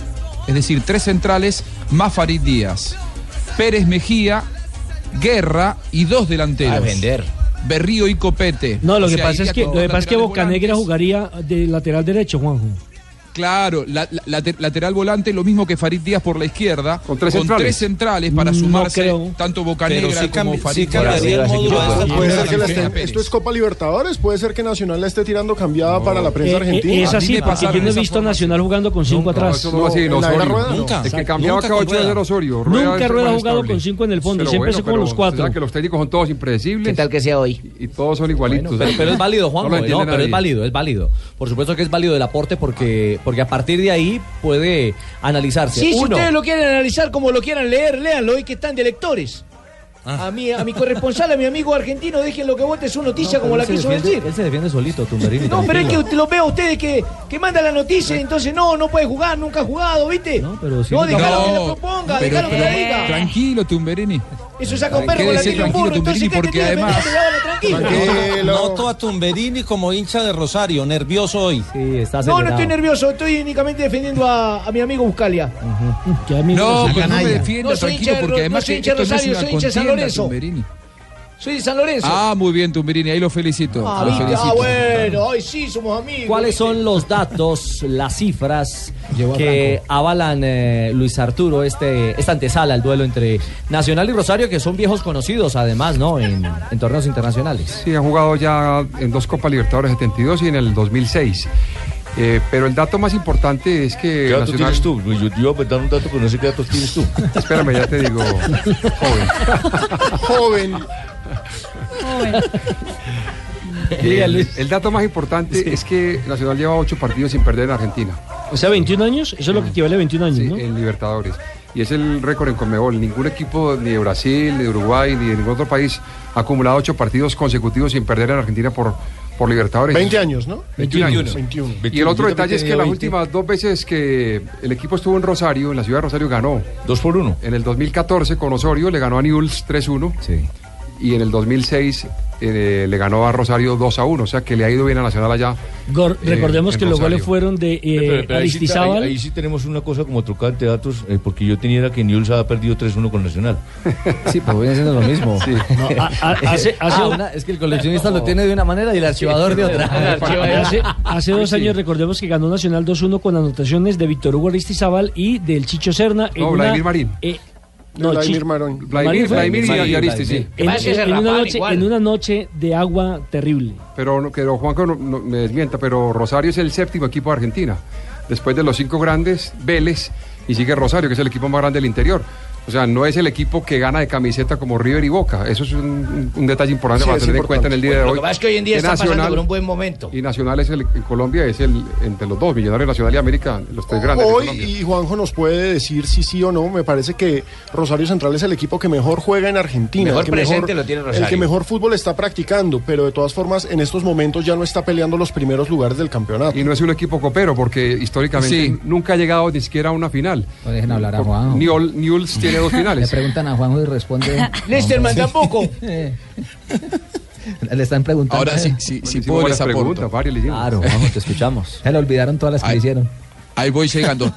S20: es decir, tres centrales, más Farid Díaz. Pérez Mejía, Guerra y dos delanteros.
S9: A vender.
S20: Berrío y Copete.
S3: No, lo
S20: O
S3: que
S20: sea,
S3: pasa es
S20: iría
S3: que,
S20: con
S3: lo que,
S20: dos
S3: pasa es que
S20: laterales
S3: Bocanegra jugaría de lateral derecho, Juanjo.
S20: Claro, la- la- late- lateral volante, lo mismo que Farid Díaz por la izquierda, con
S3: tres
S20: tres
S3: centrales.
S20: centrales, para
S3: No
S20: sumarse
S3: creo.
S20: tanto Bocanegra
S16: Pero sí
S20: como
S16: cambi-
S20: Farid
S16: sí cambiaría el módulo de esta
S12: Puede
S16: Puede
S12: ser que
S16: ser
S12: la
S16: que
S12: estén-
S16: Pérez.
S12: esto es Copa Libertadores, puede ser que Nacional la esté tirando cambiada para la
S3: Eh,
S12: prensa
S3: eh,
S12: argentina.
S3: es así, porque yo no he visto a Nacional jugando con
S12: Nunca,
S3: cinco atrás.
S12: eso no va así, en
S3: en la era
S12: Osorio.
S3: Rueda, no.
S12: Nunca.
S24: El que
S3: Exacto.
S24: cambiaba
S3: Nunca
S24: cada
S3: con
S24: 8
S3: Rueda.
S24: era Osorio.
S3: Nunca Rueda ha jugado con
S24: cinco
S3: cinco en el fondo,
S24: Pero
S3: siempre
S24: bueno,
S3: empezó con
S24: pero
S3: los cuatro.
S24: será que los técnicos son todos impredecibles. ¿Qué tal
S15: que sea hoy?
S24: Y, y todos son igualitos.
S6: Bueno, pero, pero es válido, Juan.
S24: lo
S6: No,
S24: entiende
S6: pero es
S24: nadie.
S6: válido, es válido. Por supuesto que es válido el aporte porque, porque a partir de ahí puede analizarse.
S23: Sí, si
S6: Uno,
S23: ustedes lo quieren analizar como lo quieran leer, léanlo hoy que están de lectores.
S20: Ah.
S23: A, mi, a mi corresponsal, a mi amigo argentino, dejen lo que vote su noticia como
S6: él
S23: la
S6: se
S23: quiso
S6: defiende-
S23: decir.
S6: Él se defiende solito, Tumberini.
S23: No, pero es que
S6: tranquilo.
S23: usted- lo veo a ustedes que, que mandan la noticia, entonces no, no puede jugar, nunca ha jugado, ¿viste? No,
S6: pero
S20: sí-
S23: no, dejalo que
S20: No,
S23: la proponga,
S20: pero-
S23: dejalo que la
S20: pero-
S23: diga.
S20: Tranquilo, Tumberini.
S23: Eso saca un perro con la
S20: Quédese
S23: tira un
S20: tranquilo,
S23: burro, entonces ¿qué te
S20: Tumberini, porque
S23: tiene?
S20: además...
S23: Vete, llévala tranquila.
S16: Noto a Tumberini como hincha de Rosario, nervioso hoy.
S6: Sí, está
S23: No, no estoy nervioso, estoy únicamente defendiendo a, a mi amigo Buscalia.
S20: No, pero no me
S23: No
S20: defiendas,
S23: soy hincha de
S20: tranquilo,
S23: Ro- no
S20: porque además
S23: soy
S20: que
S23: hincha de
S20: esto no es
S23: Rosario, soy hincha de
S20: una
S23: San
S20: contienda,
S23: Lorenzo.
S20: Tumberini.
S23: Soy de San Lorenzo.
S20: Ah, muy bien, Tumberini, ahí lo felicito.
S23: Ah,
S20: lo
S23: viste, ah,
S20: felicito.
S23: bueno, hoy sí somos amigos.
S6: ¿Cuáles son los datos, las cifras que avalan eh, Luis Arturo este esta antesala al duelo entre Nacional y Rosario, que son viejos conocidos además, ¿no? En, en torneos internacionales.
S24: Sí, ha jugado ya en dos Copas Libertadores 72 y en el 2006. Eh, pero el dato más importante es que.
S27: ¿Qué datos
S24: Nacional-
S27: tienes tú? Luis? Yo, yo voy a dar un dato, pero no sé qué datos tienes tú.
S24: Espérame, ya te digo.
S12: Joven.
S24: El, el dato más importante es que Nacional lleva ocho partidos sin perder en Argentina.
S3: O sea, 21 años, eso es lo que equivale a 21 años, ¿no?
S24: en Libertadores. Y es el récord en Conmebol. Ningún equipo, ni de Brasil, ni de Uruguay, ni de ningún otro país, ha acumulado ocho partidos consecutivos sin perder en Argentina por, por Libertadores.
S12: 20 años, ¿no?
S24: 21 años.
S12: 21.
S24: Y el otro detalle es que las últimas dos veces que el equipo estuvo en Rosario, en la ciudad de Rosario, ganó.
S27: Dos por uno.
S24: En el 2014 con Osorio le ganó a Newell's 3-1. y en el 2006 eh, le ganó a Rosario 2 a 1, o sea que le ha ido bien a Nacional allá.
S3: Gor-
S24: eh,
S3: recordemos
S24: en
S3: que los
S24: Rosario.
S3: goles fueron de eh,
S27: ahí, sí, ahí-
S3: Aristizábal.
S27: ahí sí tenemos una cosa como trocante de datos, eh, porque yo tenía era que Newell's ha perdido 3-1 con Nacional.
S6: Sí, pero viene siendo lo mismo.
S27: No, a- a- hace- hace
S6: Ah,
S27: un-
S6: una- es que el coleccionista lo tiene de una manera y el archivador de otra. ¿eh?
S3: Hace, hace dos años recordemos que ganó Nacional 2-1 con anotaciones de Víctor Hugo Aristizábal y del Chicho Serna. en
S24: No,
S3: una-
S24: Vladimir Marín.
S3: eh, no,
S24: Vladimir
S3: Chi-
S24: Marín.
S3: Marín
S24: Vladimir-
S3: fue.
S24: Vladimir y- Marín, y Aristi, sí. Vladimir.
S3: En,
S24: Además que se
S3: en una
S24: rapaban
S3: noche,
S24: igual.
S3: en una noche de agua terrible.
S24: Pero, no- pero Juanjo no- no- me desmienta, pero Rosario es el séptimo equipo de Argentina. Después de los cinco grandes, Vélez y sigue Rosario, que es el equipo más grande del interior. O sea, no es el equipo que gana de camiseta como River y Boca. Eso es un, un- un detalle importante
S7: Sí,
S24: para
S7: es
S24: tener en cuenta
S7: importante.
S24: en el día de
S7: Bueno,
S24: hoy.
S7: lo que pasa es que hoy en día está pasando por un buen momento.
S24: Y Nacional es el, en Colombia es el entre los dos, Millonarios Nacional y América, los tres grandes. de
S12: Hoy,
S24: Pues Colombia.
S12: y Juanjo nos puede decir si sí o no, me parece que Rosario Central es el equipo que mejor juega en Argentina.
S24: Mejor
S12: el que
S24: presente lo tiene
S12: El
S24: Rosario.
S12: que mejor fútbol está practicando, pero de todas formas, en estos momentos ya no está peleando los primeros lugares del campeonato.
S24: Y no es un equipo copero, porque históricamente
S12: Sí.
S24: nunca ha llegado ni siquiera a una final.
S9: No dejen hablar a Juanjo.
S24: Newell- Newell's tiene dos
S9: Le
S24: finales.
S9: preguntan a Juanjo y responde.
S23: Lesterman tampoco.
S9: Le están preguntando.
S20: Ahora sí, sí, sí puedo les aporto.
S6: Claro, vamos, te escuchamos.
S9: Se le olvidaron todas las que le hicieron.
S20: Ahí voy llegando.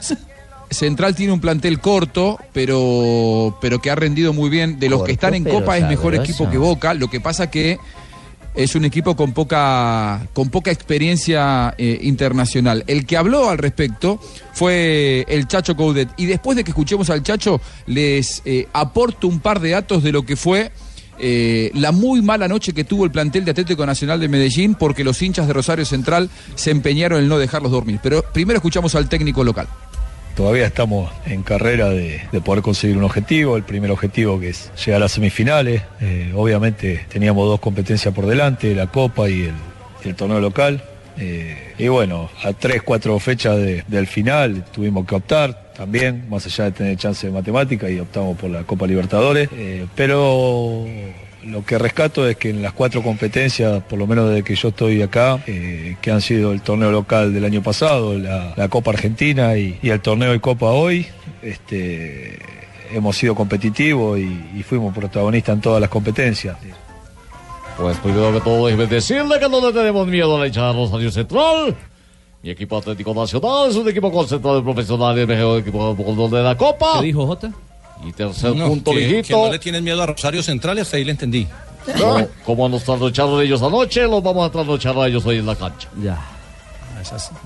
S20: Central tiene un plantel corto, pero, pero que ha rendido muy bien. De los
S1: Corto,
S20: que están en
S1: pero
S20: Copa es mejor
S1: sabroso.
S20: equipo que Boca. Lo que pasa que es un equipo con poca, con poca experiencia eh, internacional. El que habló al respecto fue el Chacho Coudet. Y después de que escuchemos al Chacho, les eh, aporto un par de datos de lo que fue eh, la muy mala noche que tuvo el plantel de Atlético Nacional de Medellín porque los hinchas de Rosario Central se empeñaron en no dejarlos dormir. Pero primero escuchamos al técnico local.
S28: Todavía estamos en carrera de, de poder conseguir un objetivo, el primer objetivo que es llegar a las semifinales. Eh, obviamente teníamos dos competencias por delante, la Copa y el, y el torneo local. Eh, y bueno, a tres, cuatro fechas de- del final tuvimos que optar también, más allá de tener chance de matemática y optamos por la Copa Libertadores. Eh, pero lo que rescato es que en las cuatro competencias, por lo menos desde que yo estoy acá, eh, que han sido el torneo local del año pasado, la, la Copa Argentina y, y el torneo de Copa hoy, este, hemos sido competitivos y, y fuimos protagonistas en todas las competencias.
S22: Pues primero que todo, déjeme decirle que no le tenemos miedo a la hinchada de Rosario Central. Mi equipo Atlético Nacional es un equipo concentrado de profesionales, mejor equipo de fútbol de la Copa.
S16: ¿Qué dijo
S6: Jota?
S22: Y tercer
S16: No,
S22: punto,
S16: que-
S22: mijito.
S16: que no le tienen miedo a Rosario Central y hasta ahí le entendí.
S22: Como, como nos trasnocharon ellos anoche, los vamos a trasnochar a ellos hoy en la cancha.
S6: Ya.
S12: Ah,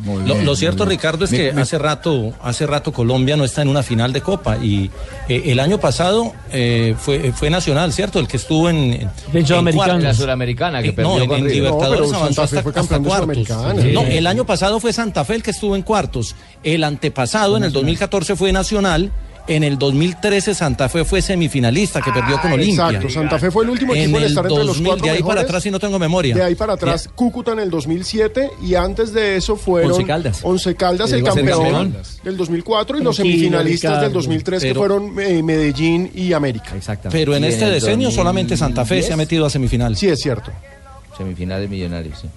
S16: Lo,
S22: bien,
S16: lo
S22: muy
S16: cierto,
S22: bien.
S16: Ricardo, es
S22: Me-
S16: que
S22: me-
S16: hace rato, hace rato Colombia no está en una final de Copa y eh, el año pasado eh, fue, fue Nacional, ¿cierto? El que estuvo en, en, en
S6: Sudamericana.
S16: cuartos.
S6: La Suramericana, que
S16: Eh,
S6: perdió
S16: no, en-
S6: con
S16: en
S6: River. No,
S16: Libertadores
S6: pero
S16: avanzó
S6: Santa Fe
S16: hasta,
S6: fue
S16: hasta
S6: campeón de
S16: cuartos.
S6: Sudamericana.
S16: Sí. No,
S6: Sí.
S16: el año pasado fue Santa Fe el que estuvo en cuartos. El antepasado, en el 2014, fue Nacional. En el 2013 Santa Fe fue semifinalista que perdió con
S12: Ah,
S16: Olimpia.
S12: Exacto, Santa Fe fue el último equipo
S16: en
S12: en
S16: el
S12: estar entre los
S16: 2000,
S12: cuatro
S16: De ahí para
S12: mejores.
S16: atrás si no tengo memoria.
S12: De ahí para atrás,
S16: Ya.
S12: Cúcuta en el 2007 y antes de eso fueron
S16: Once Caldas.
S12: Once Caldas,
S16: Que
S12: el
S16: llegó a ser
S12: campeón
S16: campeón.
S12: del 2004 y los
S16: Tranquilo,
S12: semifinalistas del
S16: Ricardo.
S12: 2003 que
S16: Pero-
S12: fueron eh, Medellín y América.
S6: Exactamente.
S16: Pero en
S12: Y en
S16: este
S12: el
S16: decenio
S12: 2010.
S16: solamente Santa Fe se ha metido a semifinal.
S12: Sí, es cierto.
S20: Semifinales millonarios, sí.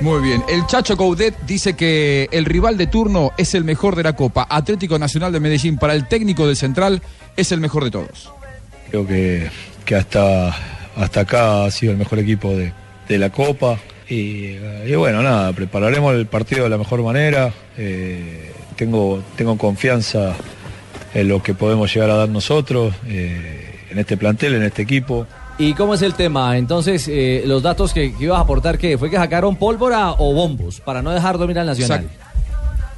S20: Muy bien, el Chacho Coudet dice que el rival de turno es el mejor de la Copa. Atlético Nacional de Medellín para el técnico del Central es el mejor de todos.
S28: Creo que, que hasta, hasta acá ha sido el mejor equipo de, de la Copa. Y, eh, y bueno, nada, prepararemos el partido de la mejor manera. Eh, tengo, tengo confianza en lo que podemos llegar a dar nosotros, eh, en este plantel, en este equipo.
S6: ¿Y cómo es el tema? Entonces, eh, los datos que, que ibas a aportar, ¿qué? ¿Fue que sacaron pólvora o bombos para no dejar dormir al Nacional?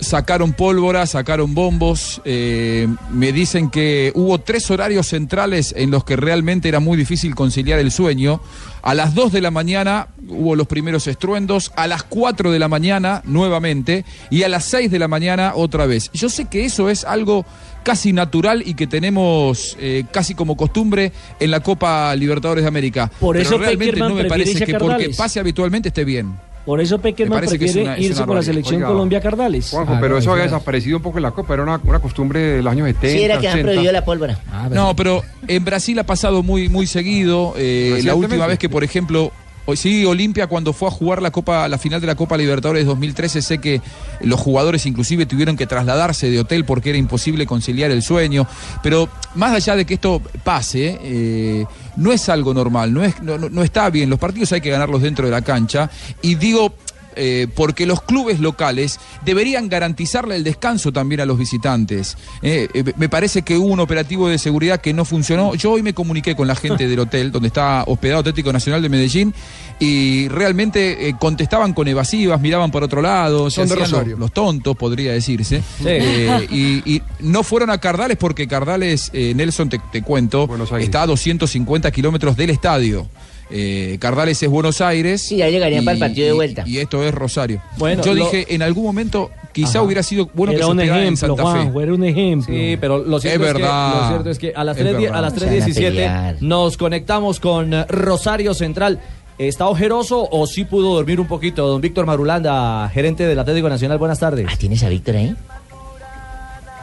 S20: Sacaron pólvora, sacaron bombos. eh, me dicen que hubo tres horarios centrales en los que realmente era muy difícil conciliar el sueño. A las 2 de la mañana hubo los primeros estruendos, a las 4 de la mañana nuevamente y a las 6 de la mañana otra vez. Yo sé que eso es algo casi natural y que tenemos eh, casi como costumbre en la Copa Libertadores de América.
S3: Por
S20: Pero
S3: eso
S20: realmente
S3: Peckerman
S20: no me
S3: prefiere
S20: parece
S3: irse a
S20: que porque
S3: Cardales.
S20: pase habitualmente esté bien.
S3: Por eso Peckerman
S20: parece que es
S3: prefiere
S20: una- es
S3: irse
S20: una
S3: por la
S20: barbaridad.
S3: selección
S20: Oiga,
S3: Colombia Cardales.
S9: Ah,
S24: Juanjo, pero eso había desaparecido un poco en la Copa, era una, una costumbre del año 70.
S15: Sí, era que han
S24: 80.
S15: prohibido la pólvora.
S9: Ah,
S20: No, pero en Brasil ha pasado muy, muy seguido. eh, la
S24: Recientemente.
S20: última vez que, por ejemplo, Hoy sí, Olimpia cuando fue a jugar la Copa, la final de la Copa Libertadores 2013, sé que los jugadores inclusive tuvieron que trasladarse de hotel porque era imposible conciliar el sueño. Pero más allá de que esto pase, eh, no es algo normal, no, es, no, no- no está bien. Los partidos hay que ganarlos dentro de la cancha. Y digo. eh, porque los clubes locales deberían garantizarle el descanso también a los visitantes. Eh, eh, me parece que hubo un operativo de seguridad que no funcionó. Yo hoy me comuniqué con la gente del hotel donde está hospedado Atlético Nacional de Medellín y realmente eh, contestaban con evasivas, miraban por otro lado, se
S12: Son de
S20: hacían los,
S12: Rosario.
S20: los tontos, podría decirse. Eh, y, y no fueron a Cardales porque Cardales, eh, Nelson, te, te cuento, está a 250 kilómetros del estadio. Eh, Cardales es Buenos Aires. Sí, ya
S15: llegarían para el partido de vuelta.
S20: Y, esto es Rosario.
S15: Bueno,
S20: Yo
S15: lo-
S20: dije, en algún momento quizá
S6: Ajá.
S20: hubiera sido bueno
S6: Era
S20: que se
S6: un
S20: hospedara en
S6: ejemplo,
S20: Santa Fe.
S6: Juanjo,
S3: era un ejemplo.
S6: Sí, pero lo
S20: Es
S6: cierto, es,
S20: verdad.
S6: Que, lo cierto es que a las
S20: Es
S6: 3 di-
S20: verdad.
S6: a las
S20: Se van a
S6: 3.17
S20: pelear.
S6: nos conectamos con eh, Rosario Central. ¿Está ojeroso o sí pudo dormir un poquito? Don Víctor Marulanda, gerente del Atlético Nacional, buenas tardes.
S15: ¿Tienes a Ah, Víctor ahí?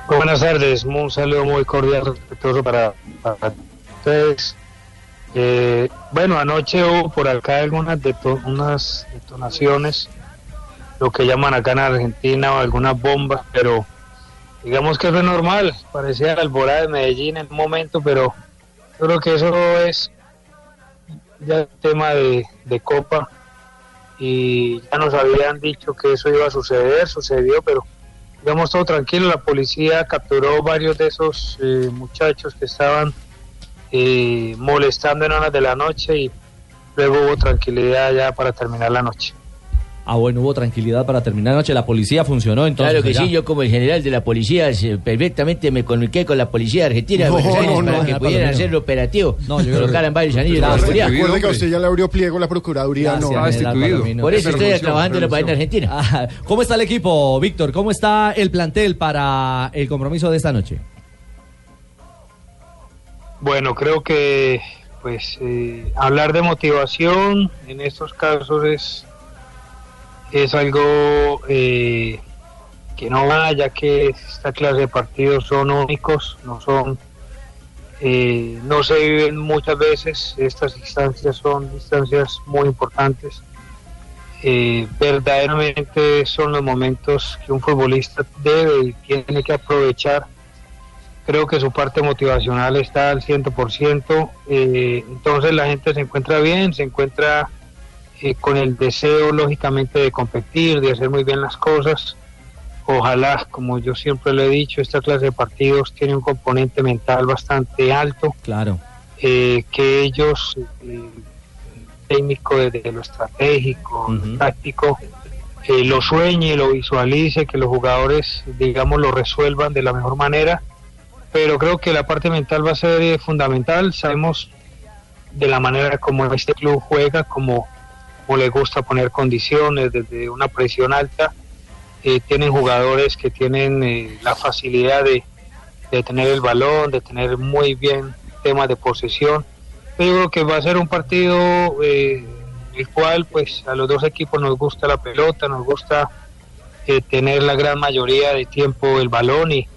S29: Buenas tardes, un saludo muy cordial respetuoso para, para ustedes. Eh, bueno, anoche hubo por acá algunas deto- unas detonaciones, lo que llaman acá en Argentina o algunas bombas, pero digamos que eso es normal, parecía la alborada de Medellín en un momento, pero yo creo que eso es ya tema de, de copa y ya nos habían dicho que eso iba a suceder, sucedió, pero digamos todo tranquilo, la policía capturó varios de esos eh, muchachos que estaban eh, molestando en horas de la noche y luego hubo tranquilidad ya para terminar la noche.
S6: Ah, bueno, hubo tranquilidad para terminar la noche. La policía funcionó entonces.
S15: Claro que
S6: allá.
S15: sí, yo como el general de la policía eh, perfectamente me comuniqué con la policía argentina de
S12: No,
S15: Buenos Aires
S12: no,
S15: para
S12: no,
S15: que
S12: no,
S15: pudieran
S12: Palomino.
S15: hacer el operativo.
S12: No, yo creo
S15: colocaran
S12: que-
S15: varios anillos de
S12: Claro,
S15: seguridad.
S12: Recuerde que a usted ya le abrió pliego la Procuraduría.
S15: Gracias,
S12: no.
S15: Estaba general destituido. Palomino. Por eso estoy trabajando en la página
S6: Argentina. Ah, ¿Cómo está el equipo, Víctor? ¿Cómo está el plantel para el compromiso de esta noche?
S29: Bueno, creo que pues eh, hablar de motivación en estos casos es es algo eh, que no va, ya que esta clase de partidos son únicos, no son eh, no se viven muchas veces. Estas distancias son distancias muy importantes. Eh, verdaderamente son los momentos que un futbolista debe y tiene que aprovechar creo que su parte motivacional está al 100%, eh, entonces la gente se encuentra bien, se encuentra eh, con el deseo lógicamente de competir, de hacer muy bien las cosas. Ojalá, como yo siempre lo he dicho, esta clase de partidos tiene un componente mental bastante alto,
S6: Claro.
S29: eh, que ellos, eh, técnico desde lo estratégico, lo táctico, eh, lo sueñe, lo visualice, que los jugadores, digamos, lo resuelvan de la mejor manera pero creo que la parte mental va a ser eh, fundamental. Sabemos de la manera como este club juega, como, como le gusta poner condiciones desde una presión alta. Eh, tienen jugadores que tienen eh, la facilidad de, de tener el balón, de tener muy bien temas de posesión. Yo creo que va a ser un partido eh, en el cual pues a los dos equipos nos gusta la pelota, nos gusta eh, tener la gran mayoría de tiempo el balón y,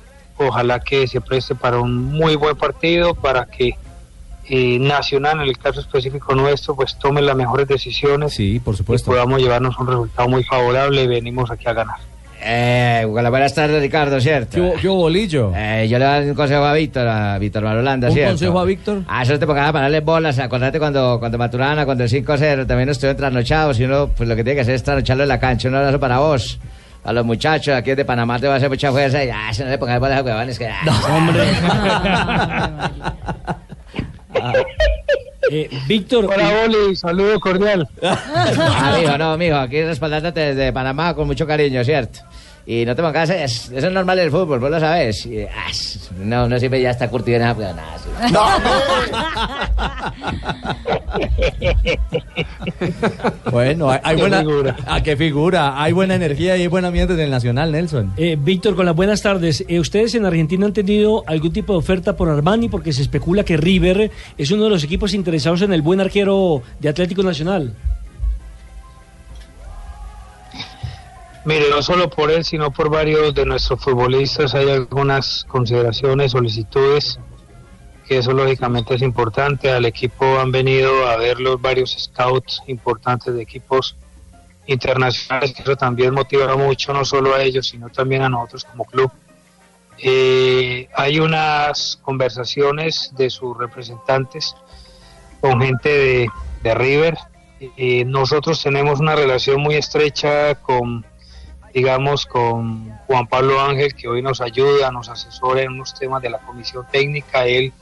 S29: ojalá que se preste para un muy buen partido, para que eh, Nacional, en el caso específico nuestro, pues tome las mejores decisiones
S6: sí, por
S29: y podamos llevarnos un resultado muy favorable y venimos aquí a ganar.
S15: Eh, hola, buenas tardes, Ricardo, ¿cierto?
S6: ¿Qué, bolillo?
S15: Eh, yo le voy a dar un consejo a Víctor, a Víctor Marulanda,
S6: ¿Un
S15: ¿cierto?
S6: consejo a Víctor?
S15: Ah, eso te para darle bolas. Acordate cuando, cuando Maturana, cuando el 5-0, también nos estuvieron trasnochados. Y uno, pues lo que tiene que hacer es trasnocharlo en la cancha. Un abrazo para vos. A los muchachos aquí de Panamá te va a hacer mucha fuerza. Y, ah, si no le pongas bolas a huevones, que. ah,
S3: Eh, Víctor.
S29: Hola, Oli, saludo cordial.
S15: Ah, mijo, no, mijo, aquí respaldándote desde Panamá con mucho cariño, ¿cierto? Y no te pongas, es- eso es normal del fútbol, vos lo sabes. Y, ah, s- no, no siempre ya está curtido en esa nada, sí.
S6: Bueno, hay, hay
S3: Qué
S6: buena.
S3: figura.
S6: Ah, qué figura. Hay buena energía y hay buen ambiente en el Nacional, Nelson.
S3: Eh, Víctor, con las buenas tardes. Eh, ¿Ustedes en Argentina han tenido algún tipo de oferta por Armani? Porque se especula que River es uno de los equipos interesados en el buen arquero de Atlético Nacional.
S29: Mire, no solo por él, sino por varios de nuestros futbolistas hay algunas consideraciones, solicitudes que eso lógicamente es importante. Al equipo han venido a ver los varios scouts importantes de equipos internacionales, que eso también motiva mucho no solo a ellos, sino también a nosotros como club. Eh, hay unas conversaciones de sus representantes con gente de, de River. Eh, nosotros tenemos una relación muy estrecha con, digamos, con Juan Pablo Ángel, que hoy nos ayuda, nos asesora en unos temas de la comisión técnica. Él,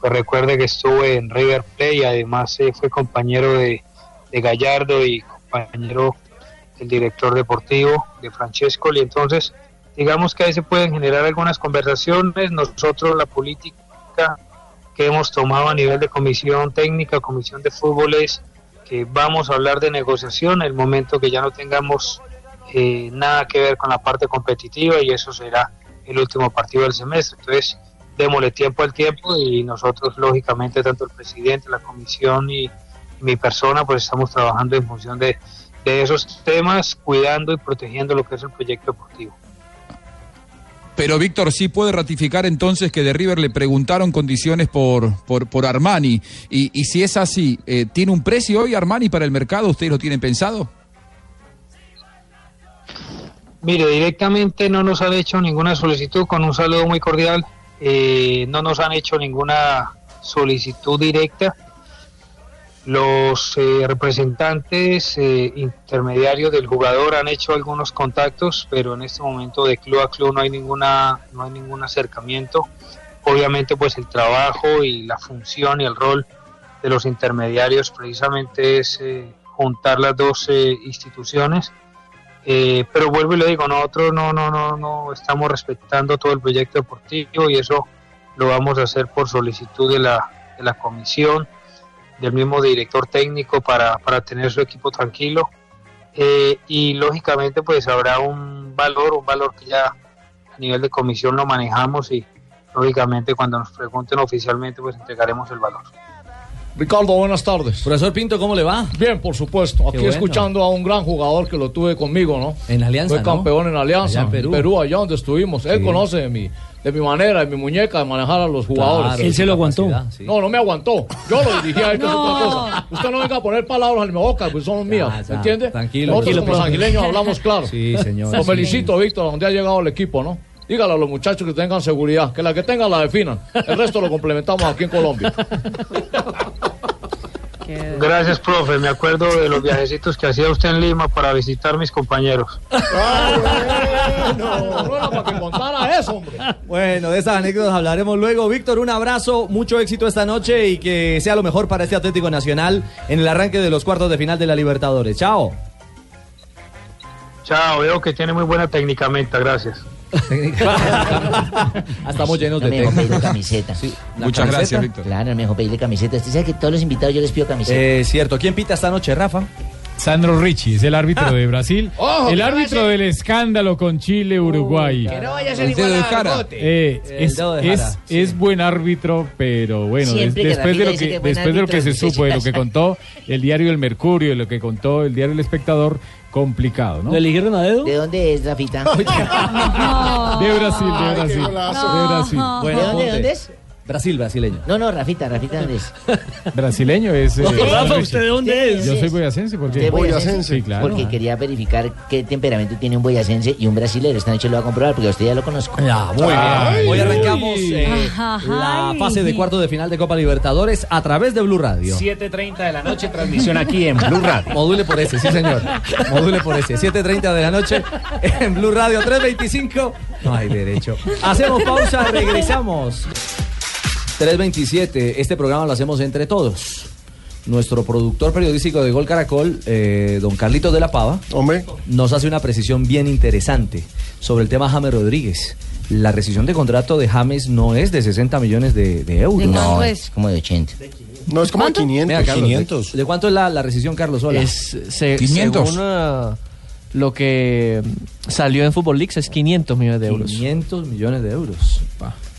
S29: pues recuerde que estuvo en River Plate y además eh, fue compañero de, de, Gallardo y compañero del director deportivo de Francesco. Y entonces, digamos que ahí se pueden generar algunas conversaciones. Nosotros, la política que hemos tomado a nivel de comisión técnica, comisión de fútbol, es que vamos a hablar de negociación en el momento que ya no tengamos eh, nada que ver con la parte competitiva y eso será el último partido del semestre. Entonces, démosle tiempo al tiempo y nosotros, lógicamente, tanto el presidente, la comisión y, y mi persona, pues estamos trabajando en función de, de, esos temas, cuidando y protegiendo lo que es el proyecto deportivo.
S20: Pero Víctor, sí puede ratificar entonces que de River le preguntaron condiciones por, por, por Armani. Y, y, si es así, eh, ¿tiene un precio hoy Armani para el mercado? ¿Ustedes lo tienen pensado?
S29: Mire, directamente no nos han hecho ninguna solicitud, con un saludo muy cordial. Eh, no nos han hecho ninguna solicitud directa. Los eh, representantes eh, intermediarios del jugador han hecho algunos contactos, pero en este momento de club a club no hay ninguna, no hay ningún acercamiento. Obviamente, pues el trabajo y la función y el rol de los intermediarios precisamente es eh, juntar las dos instituciones. Eh, pero vuelvo y lo digo, nosotros no, no, no, no estamos respetando todo el proyecto deportivo y eso lo vamos a hacer por solicitud de la, de la comisión, del mismo director técnico para, para tener su equipo tranquilo. Eh, y lógicamente pues habrá un valor, un valor que ya a nivel de comisión lo manejamos y lógicamente cuando nos pregunten oficialmente pues entregaremos el valor.
S30: Ricardo, buenas tardes.
S22: Profesor Pinto, ¿cómo le va?
S30: Bien, por supuesto. Aquí
S22: bueno.
S30: escuchando a un gran jugador que lo tuve conmigo, ¿no?
S22: En Alianza.
S30: Fue campeón
S22: ¿no?
S30: en Alianza,
S22: Allá en
S30: Perú.
S22: Perú.
S30: allá donde estuvimos. Él
S22: Sí.
S30: conoce de mi, de mi manera, de mi muñeca, de manejar a los jugadores.
S22: Claro, Él de se su lo aguantó. capacidad, sí.
S30: No, no me aguantó. Yo lo dirigí a él, que es
S22: No.
S30: otra cosa. Usted no venga a poner palabras en mi boca, pues son mías.
S22: Ya, ya.
S30: ¿Me entiende?
S22: Tranquilo,
S30: Nosotros
S22: tranquilo,
S30: como
S22: profe.
S30: sanguileños hablamos claro.
S22: Sí, señor.
S30: Lo felicito, Víctor, a donde ha llegado el equipo, ¿no? Dígale a los muchachos que tengan seguridad, que la que tengan la definan. El resto lo complementamos aquí en Colombia.
S29: Gracias, profe. Me acuerdo de los viajecitos que hacía usted en Lima para visitar mis compañeros.
S30: Para eso, hombre.
S6: Bueno, de esas anécdotas hablaremos luego. Víctor, un abrazo, mucho éxito esta noche y que sea lo mejor para este Atlético Nacional en el arranque de los cuartos de final de la Libertadores. Chao.
S29: Chao, veo que tiene muy buena técnicamente, gracias.
S22: Estamos llenos
S15: no
S22: de
S15: me dejó
S22: técnicos.
S15: pedirle camiseta.
S22: ¿La Muchas camiseta? gracias, Víctor.
S15: Claro, no me dejó pedirle camiseta. Usted sabe que todos los invitados yo les pido camiseta.
S8: Eh,
S6: Es cierto, ¿quién pita esta noche, Rafa? Ah.
S8: Sandro Ricci es el árbitro de Brasil,
S6: Ojo,
S8: el
S6: que no
S8: árbitro
S6: vaya-
S8: del escándalo con Chile, Uruguay.
S6: que no vaya a ser El dedo igual de al Jara. bote.
S8: Eh,
S6: El
S8: es,
S6: dedo de
S8: es-
S6: Jara,
S8: es buen árbitro, pero bueno,
S6: Siempre
S8: des-
S6: que
S8: después de
S6: David
S8: lo
S6: dice que
S8: que,
S6: es buen
S8: después de lo que se
S6: árbitro, sí, sí
S8: supo, de lo que
S6: pasa.
S8: contó el diario El Mercurio, de lo que contó el diario El Espectador, complicado, ¿no? De
S6: eligieron a dedo?
S15: ¿De dónde es, Rafita?
S8: Brasil, de Brasil, de Brasil.
S15: ¿De dónde, de dónde es?
S6: Brasil, brasileño.
S15: No, no, Rafita, Rafita, ¿dónde es?
S8: Brasileño es. eh, Sandro Ricci. Yo soy boyacense, ¿por
S15: Usted
S8: qué?
S15: es boyacense.
S8: Sí, claro.
S15: Porque quería verificar qué temperamento tiene un boyacense y un brasilero. Esta noche lo va a comprobar porque a usted ya lo conozco.
S6: Muy bien. Hoy arrancamos eh,
S15: Ajá, ajá.
S6: la fase de cuarto de final de Copa Libertadores a través de Blue Radio.
S17: 7.30 de la noche, transmisión aquí en Blue Radio.
S6: Module por ese, sí señor. Module por ese. 7.30 de la noche en Blue Radio 325. No hay derecho. Hacemos pausa, regresamos. 327. Este programa lo hacemos entre todos. Nuestro productor periodístico de Gol Caracol, eh, don Carlitos de la Pava, nos hace una precisión bien interesante sobre el tema James Rodríguez. La rescisión de contrato de James no es de 60 millones de, de euros.
S15: ¿De cuánto No, es? como de 80.
S12: No, es como de 500.
S6: ¿de, de cuánto es la, la rescisión, Carlos? Hola.
S7: Es, se- Según ah, lo que mm, salió en Football Leaks es 500 millones de euros.
S6: 500 millones de euros.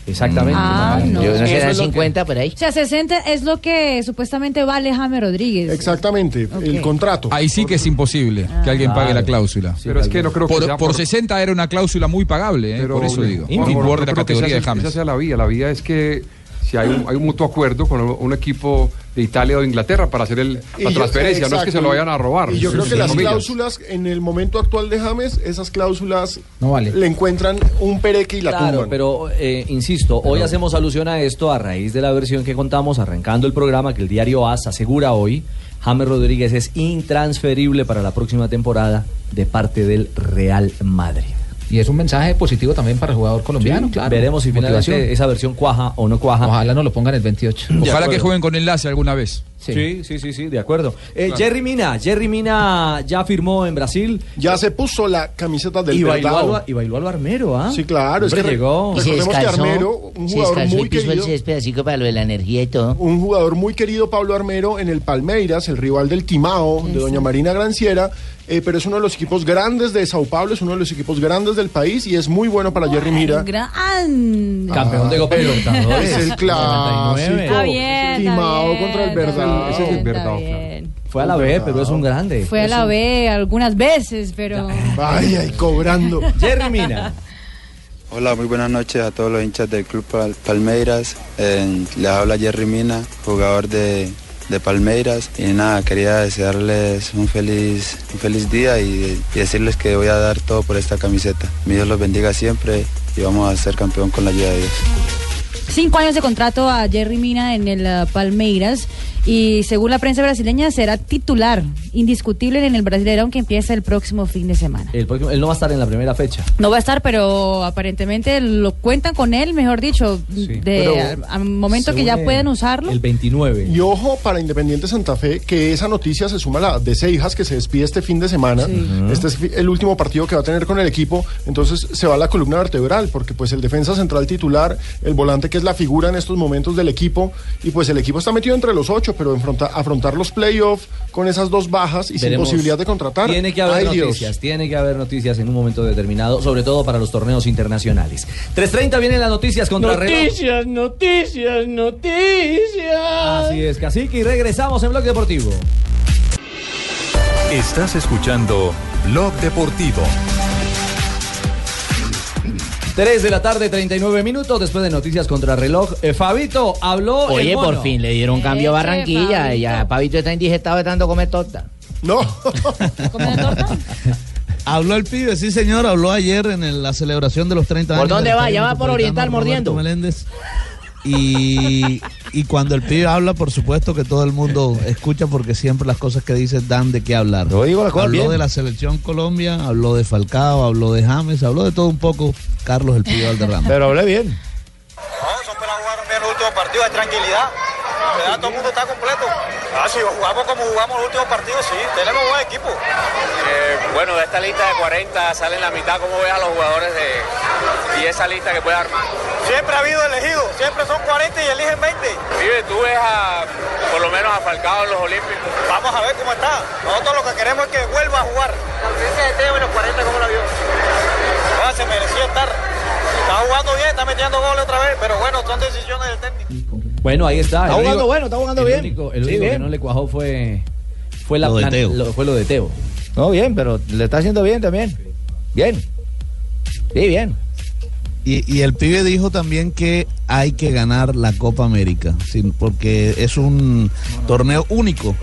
S6: Exactamente.
S15: Ah,
S6: Exactamente.
S15: no. Yo no sé,
S6: Eso
S15: eran
S6: es lo que-
S15: 50 por ahí.
S4: O sea, 60 es lo que supuestamente vale Jaime Rodríguez.
S12: Exactamente, Eh,
S4: el
S12: contrato.
S20: Ahí sí que es imposible
S15: Ah,
S20: que alguien pague la cláusula.
S24: Pero es que no creo que
S20: por,
S24: sea
S20: por
S24: por-
S20: 60 era una cláusula muy pagable, eh, por eso digo.
S24: Juanjo,
S20: Un jugador
S24: no
S20: de la
S24: creo que
S20: categoría
S24: esa
S20: de
S24: sea-
S20: James.
S24: Esa sea la vía. La vía es que si hay un, hay un mutuo acuerdo con un, un equipo de Italia o de Inglaterra para hacer el,
S12: Y
S24: la
S12: yo-
S24: transferencia, no es que se lo
S12: exacto.
S24: vayan a robar.
S12: Y yo creo que
S24: entre
S12: las
S24: comillas.
S12: cláusulas, en el momento actual de James, esas cláusulas
S6: No vale.
S12: le encuentran un pereque y la
S6: Claro,
S12: tumban.
S6: pero eh, insisto, hoy hacemos alusión a esto a raíz de la versión que contamos arrancando el programa que el diario AS asegura hoy. James Rodríguez es intransferible para la próxima temporada de parte del Real Madrid.
S31: Y es un mensaje positivo también para el jugador colombiano,
S6: Sí,
S31: claro.
S6: Veremos si finalmente
S31: Motivación.
S6: esa versión cuaja o no cuaja.
S31: Ojalá no lo pongan el 28.
S20: Ojalá que jueguen con enlace alguna vez.
S6: Sí, sí, sí, sí, de acuerdo. Eh, Jerry Mina, Jerry Mina ya firmó en Brasil.
S12: Ya se puso la camiseta del
S6: y bailó,
S12: Verdao.
S6: al, y bailó al armero, ¿ah?
S12: Sí, claro, es
S6: Hombre,
S12: que re-
S6: llegó.
S12: Y se Recordemos que descalzó. Armero, un
S32: Se
S12: jugador
S32: descalzó
S12: muy
S32: y pisó el
S12: querido.
S32: césped así que para lo de la energía y todo.
S12: Un jugador muy querido, Pablo Armero, en el Palmeiras, el rival del Timao, de Doña Marina Granciera, eh, pero es uno de los equipos grandes de Sao Paulo, es uno de los equipos grandes del país y es muy bueno para Jerry Mira.
S4: Gran.
S31: Campeón de Copa
S12: Pero
S31: Libertadores.
S12: Es el clásico.
S4: Está bien, está
S12: Timao
S4: bien,
S12: contra el
S4: está
S12: Verdao.
S4: bien,
S12: Ese es el
S4: está
S12: Verdao,
S4: bien.
S6: Fue a la B, pero es un grande.
S4: Fue a
S6: Es
S4: la
S6: un-
S4: B algunas veces, pero...
S12: Ay, ay, cobrando.
S6: Jerry Mina.
S33: Hola, muy buenas noches a todos los hinchas del Club Pal- Palmeiras. Eh, les habla Jerry Mina, jugador de, de Palmeiras. Y nada, quería desearles un feliz, un feliz día y, y decirles que voy a dar todo por esta camiseta. Mi Dios los bendiga siempre y vamos a ser campeón con la ayuda de Dios.
S4: Cinco años de contrato a Jerry Mina en el eh, Palmeiras y según la prensa brasileña será titular indiscutible en el Brasileirão que empieza el próximo fin de semana.
S6: El próximo- él no va a estar en la primera fecha.
S4: No va a estar, pero aparentemente lo cuentan con él, mejor dicho, de
S12: pero
S4: a- a momento
S12: se
S4: que ya
S12: une
S4: puedan usarlo.
S6: 29.
S12: Y ojo para Independiente Santa Fe, que esa noticia se suma a la de Seijas, que se despide este fin de semana. Este es fi- el último partido que va a tener con el equipo. Entonces se va a la columna vertebral, porque pues el defensa central titular, el volante que es la figura en estos momentos del equipo, y pues el equipo está metido entre los ocho, pero enfronta- afrontar los playoffs con esas dos bajas y sin
S6: Veremos.
S12: posibilidad de contratar.
S6: Tiene que haber
S12: Ay, Dios.
S6: noticias, tiene que haber noticias en un momento determinado, sobre todo para los torneos internacionales. 3.30 vienen las noticias contra
S7: Noticias, noticias, noticias.
S6: Así es, Cacique, y regresamos en Bloque Deportivo.
S1: Estás escuchando Blog Deportivo.
S6: 3 de la tarde, 39 minutos, después de Noticias contra Reloj. Eh, Fabito, habló
S15: Oye,
S6: el mono.
S15: por fin le dieron cambio a
S6: Ese
S15: Barranquilla. y Ya, Pavito está indigestado de tanto comer torta.
S12: No.
S19: Habló el pibe, sí señor, habló ayer en el- la celebración de los 30
S15: ¿Por
S19: años.
S15: dónde
S19: del
S15: va?
S19: Estadio
S15: Ya va por
S19: Metropolitano
S15: Oriental
S19: Roberto
S15: mordiendo.
S19: Meléndez. Y, y cuando el pibe habla, por supuesto que todo el mundo escucha porque siempre las cosas que dice dan de qué hablar.
S34: digo la cosa
S19: habló
S34: bien.
S19: de la selección Colombia, habló de Falcao, habló de James, habló de todo un poco Carlos el pibe Valderrama.
S34: Pero hablé bien.
S26: último partido de tranquilidad. Ya todo el mundo está completo. Ah, si jugamos como jugamos los últimos partidos, sí, tenemos buen equipo. Eh, bueno, de esta lista de 40 salen la mitad, ¿cómo ves a los jugadores de y esa lista que puede armar? Siempre ha habido elegidos, siempre son 40 y eligen 20. Vive, tú ves a, por lo menos a Falcao en los Olímpicos. Vamos a ver cómo está. Nosotros lo que queremos es que vuelva a jugar. La ausencia de Teo en los 40, ¿cómo la vio? Ah, se mereció estar. Está jugando bien, está metiendo goles otra vez, pero bueno, son decisiones del técnico.
S6: Bueno, ahí está.
S26: Está
S6: El
S26: jugando
S6: único-
S26: bueno, está jugando
S6: el
S26: bien.
S6: único- el
S26: Sí,
S6: único que
S26: bien.
S6: no le cuajó fue, fue la,
S19: Lo de
S6: la-
S19: Teo.
S6: lo- fue lo de Teo.
S26: No, bien, pero le está haciendo bien también. Bien. Sí, bien.
S19: Y, y el pibe dijo también que hay que ganar la Copa América, sí, porque es un torneo único.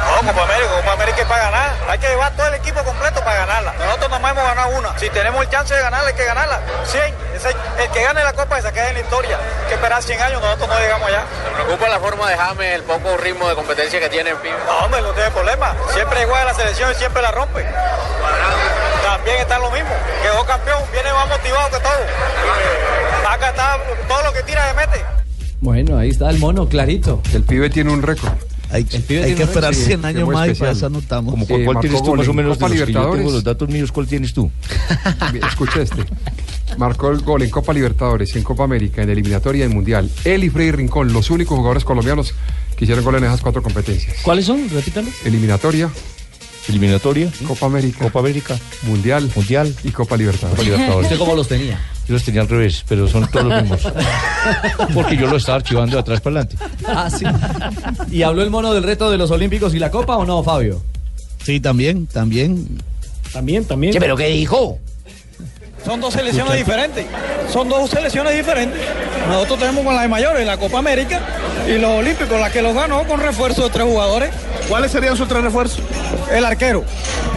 S26: No, Copa América, Copa América es para ganar. Hay que llevar todo el equipo completo para ganarla. Nosotros nomás hemos ganado una. Si tenemos el chance de ganarla, hay que ganarla. 100. Ese- el que gane la Copa se queda en la historia. Hay que esperar 100 años, nosotros no llegamos allá. Me preocupa la forma de James, el poco ritmo de competencia que tiene el pibe. No, hombre, no tiene problema. Siempre juega la selección y siempre la rompe. También está lo mismo. Quedó campeón, viene más motivado que todo. Acá está, todo lo que tira se mete.
S6: Bueno, ahí está el mono, clarito.
S24: El pibe tiene un récord.
S19: Hay,
S24: tiene
S19: hay
S24: un
S19: que esperar
S24: récord.
S19: 100
S24: Sí,
S19: años
S24: muy
S19: más y
S24: especial.
S19: para eso anotamos.
S24: Como
S19: estamos.
S24: Eh,
S34: ¿Cuál
S24: marcó
S34: tienes tú
S24: gol
S34: más o
S24: en
S34: menos de
S24: Copa
S34: los que yo tengo
S24: Libertadores.
S34: los datos míos? ¿Cuál tienes tú?
S24: Escucha este. Marcó el gol en Copa Libertadores, en Copa América, en eliminatoria y en Mundial. Él y Freddy Rincón, los únicos jugadores colombianos que hicieron gol en esas cuatro competencias.
S35: ¿Cuáles son? Repítanos.
S24: Eliminatoria.
S34: Eliminatoria.
S24: Copa América.
S34: Copa América.
S24: Mundial.
S34: Mundial.
S24: Y Copa Libertadores.
S34: Copa Libertadores.
S6: ¿Usted cómo los tenía?
S34: Yo los tenía al revés, pero son todos los mismos. Porque yo lo estaba archivando de atrás para adelante.
S6: Ah, sí. ¿Y habló el mono del reto de los Olímpicos y la Copa o no, Fabio?
S19: Sí, también, también.
S35: También, también.
S26: Che, pero ¿qué dijo? Son dos selecciones diferentes. Son dos selecciones diferentes. Nosotros tenemos con las de mayores la Copa América y los Olímpicos, la que los ganó con refuerzo de tres jugadores. ¿Cuáles serían sus tres refuerzos? eh, El arquero.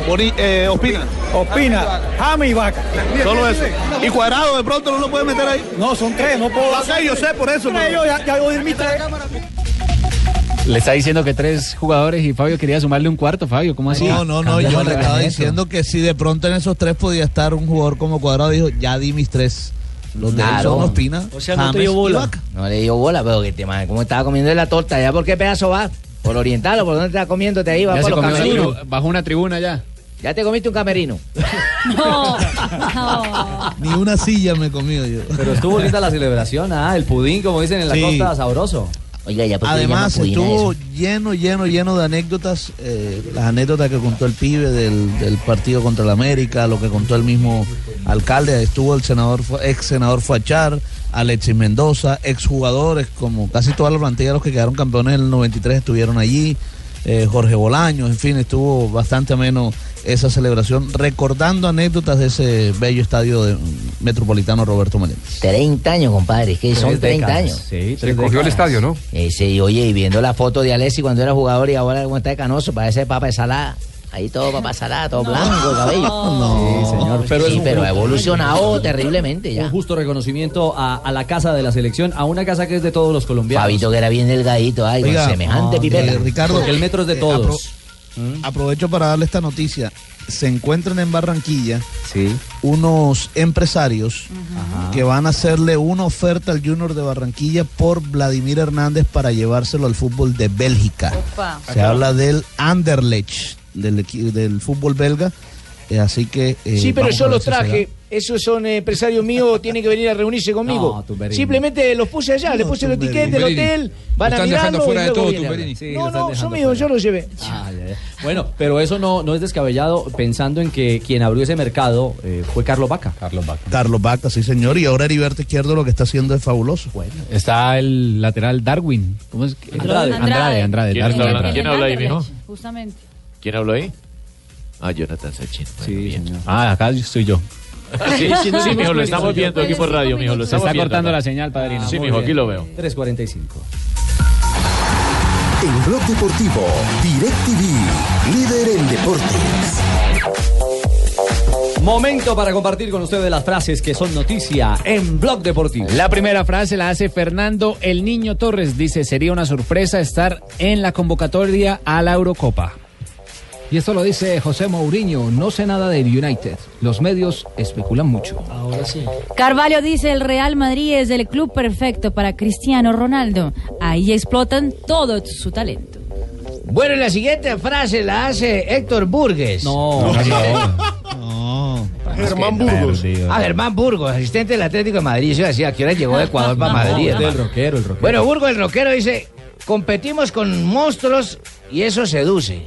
S26: Opina. Opina. Jame y Vaca.
S36: Solo eso. Y Cuadrado de pronto no lo puede meter ahí.
S26: No, son tres, no puedo.
S36: Vaca y yo sé por eso.
S26: Tres, yo ya, ya voy a ir mi tres.
S17: Le está diciendo que tres jugadores y Fabio quería sumarle un cuarto, Fabio, ¿cómo así?
S19: No, no, no, yo
S17: Cambiamos el
S19: le estaba
S17: reglamento.
S19: diciendo que si de pronto en esos tres podía estar un jugador como Cuadrado, dijo, ya di mis tres. Los de él
S15: Claro.
S19: son Ospina,
S15: O sea, no te dio
S19: James y
S15: bola.
S19: Vaca.
S15: No le dio bola, pero que te man- ¿Cómo estaba comiendo la torta? ¿Ya por qué pedazo vas? ¿Por oriental o por dónde estás comiéndote ahí? ¿Vas
S17: Ya
S15: por
S17: se
S15: los
S17: comió la
S15: camerinos?
S17: tribu- bajó una tribuna ya.
S15: ¿Ya te comiste un camerino?
S4: No,
S19: Ni una silla me he comido yo.
S6: Pero estuvo linda la celebración, ah, el pudín, como dicen en la
S19: Sí.
S6: costa, sabroso.
S15: Oiga, ya
S19: Además, estuvo lleno, lleno, lleno de anécdotas. eh, las anécdotas que contó el pibe del, del partido contra el América, lo que contó el mismo alcalde. Estuvo el senador, Fu- ex senador Fachar, Alexis Mendoza, ex jugadores, como casi toda la plantilla de los que quedaron campeones en el 93 estuvieron allí. eh, Jorge Bolaños, en fin, estuvo bastante ameno esa celebración, recordando anécdotas de ese bello estadio de- metropolitano Roberto Meléndez.
S15: 30 años, compadre, es que son 30 años.
S6: Sí,
S37: Se cogió el estadio, ¿no?
S15: Ese, y oye, y viendo la foto de Alessi cuando era jugador y ahora cómo está de canoso, parece papa de salada. Ahí todo papa salada, todo blanco, el cabello.
S6: No, señor, pero
S15: Oh, sí,
S6: es un
S15: pero ha
S6: justo-
S15: evolucionado terriblemente ya.
S6: Un justo reconocimiento a, a la casa de la selección, a una casa que es de todos los colombianos.
S15: Fabito que era bien delgadito, ay,
S19: Oiga,
S15: con semejante
S19: no,
S15: pipeta.
S19: eh, Ricardo,
S6: Porque el metro es de
S19: eh,
S6: todos.
S19: apro- aprovecho para darle esta noticia. Se encuentran en Barranquilla unos empresarios
S7: Ah.
S19: que van a hacerle una oferta al Junior de Barranquilla por Vladimir Hernández para llevárselo al fútbol de Bélgica.
S4: Opa.
S19: Se habla del Anderlecht, del, equi- del fútbol belga. eh, así que. eh,
S7: sí, pero
S19: vamos
S7: yo
S19: a ver
S7: los
S19: si se da.
S7: traje. Esos son eh, empresarios míos, tienen que venir a reunirse conmigo.
S19: No, Tumberini.
S7: Simplemente los puse allá, les puse el
S19: Tumberini.
S7: ticket del
S6: Tumberini.
S7: hotel, van
S6: Lo
S7: a
S6: están dejando
S7: mirarlo
S6: fuera
S7: y
S6: de
S7: luego
S6: todo,
S7: vienen.
S6: Tumberini. Sí, lo
S7: no,
S6: están
S7: no, son
S6: dejando
S7: míos, yo los llevé.
S6: Bueno, pero eso no, no es descabellado pensando en que quien abrió ese mercado eh, fue Carlos Vaca.
S19: Carlos Vaca. Carlos Vaca, sí, señor. Y ahora Heriberto Izquierdo lo que está haciendo es fabuloso.
S17: Está el lateral Darwin. ¿Cómo es? que-
S4: Andrade.
S17: Andrade, Andrade.
S22: ¿Quién
S17: Darwin
S22: está hablando?
S17: Andrade.
S22: ¿Quién habla ahí, mijo?
S4: Justamente.
S22: ¿Quién habló ahí? Ah, Jonathan Sachin. sí,
S17: Ah, acá estoy yo.
S22: Sí, sí, sí, mijo, lo estamos viendo aquí por radio, mijo. Lo
S17: Se
S22: estamos
S17: está
S22: viendo
S17: cortando
S22: acá.
S17: la señal, padrino.
S22: Sí,
S17: Muy
S22: mijo,
S17: bien.
S22: aquí lo veo.
S6: 345.
S1: En Blog Deportivo, DirecTV, líder en deportes.
S6: Momento para compartir con ustedes las frases que son noticia en Blog Deportivo.
S17: La primera frase la hace Fernando El Niño Torres. Dice, sería una sorpresa estar en la convocatoria a la Eurocopa.
S38: Y esto lo dice José Mourinho, no sé nada del United. Los medios especulan mucho. Ahora sí.
S4: Carvalho dice, el Real Madrid es el club perfecto para Cristiano Ronaldo. Ahí explotan todo su talento.
S15: Bueno, la siguiente frase la hace Héctor Burgues.
S6: No,
S15: Germán Burgos. Ah, Germán Burgos, asistente del Atlético de Madrid. Yo decía, ¿a qué hora llegó de Ecuador para Madrid?
S6: No, del
S15: hermano?
S6: rockero, el rockero.
S15: Bueno, Burgos el rockero dice, competimos con monstruos y eso seduce.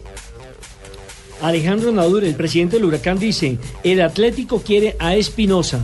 S3: Alejandro Nadur, el presidente del Huracán, dice: El Atlético quiere a Espinosa.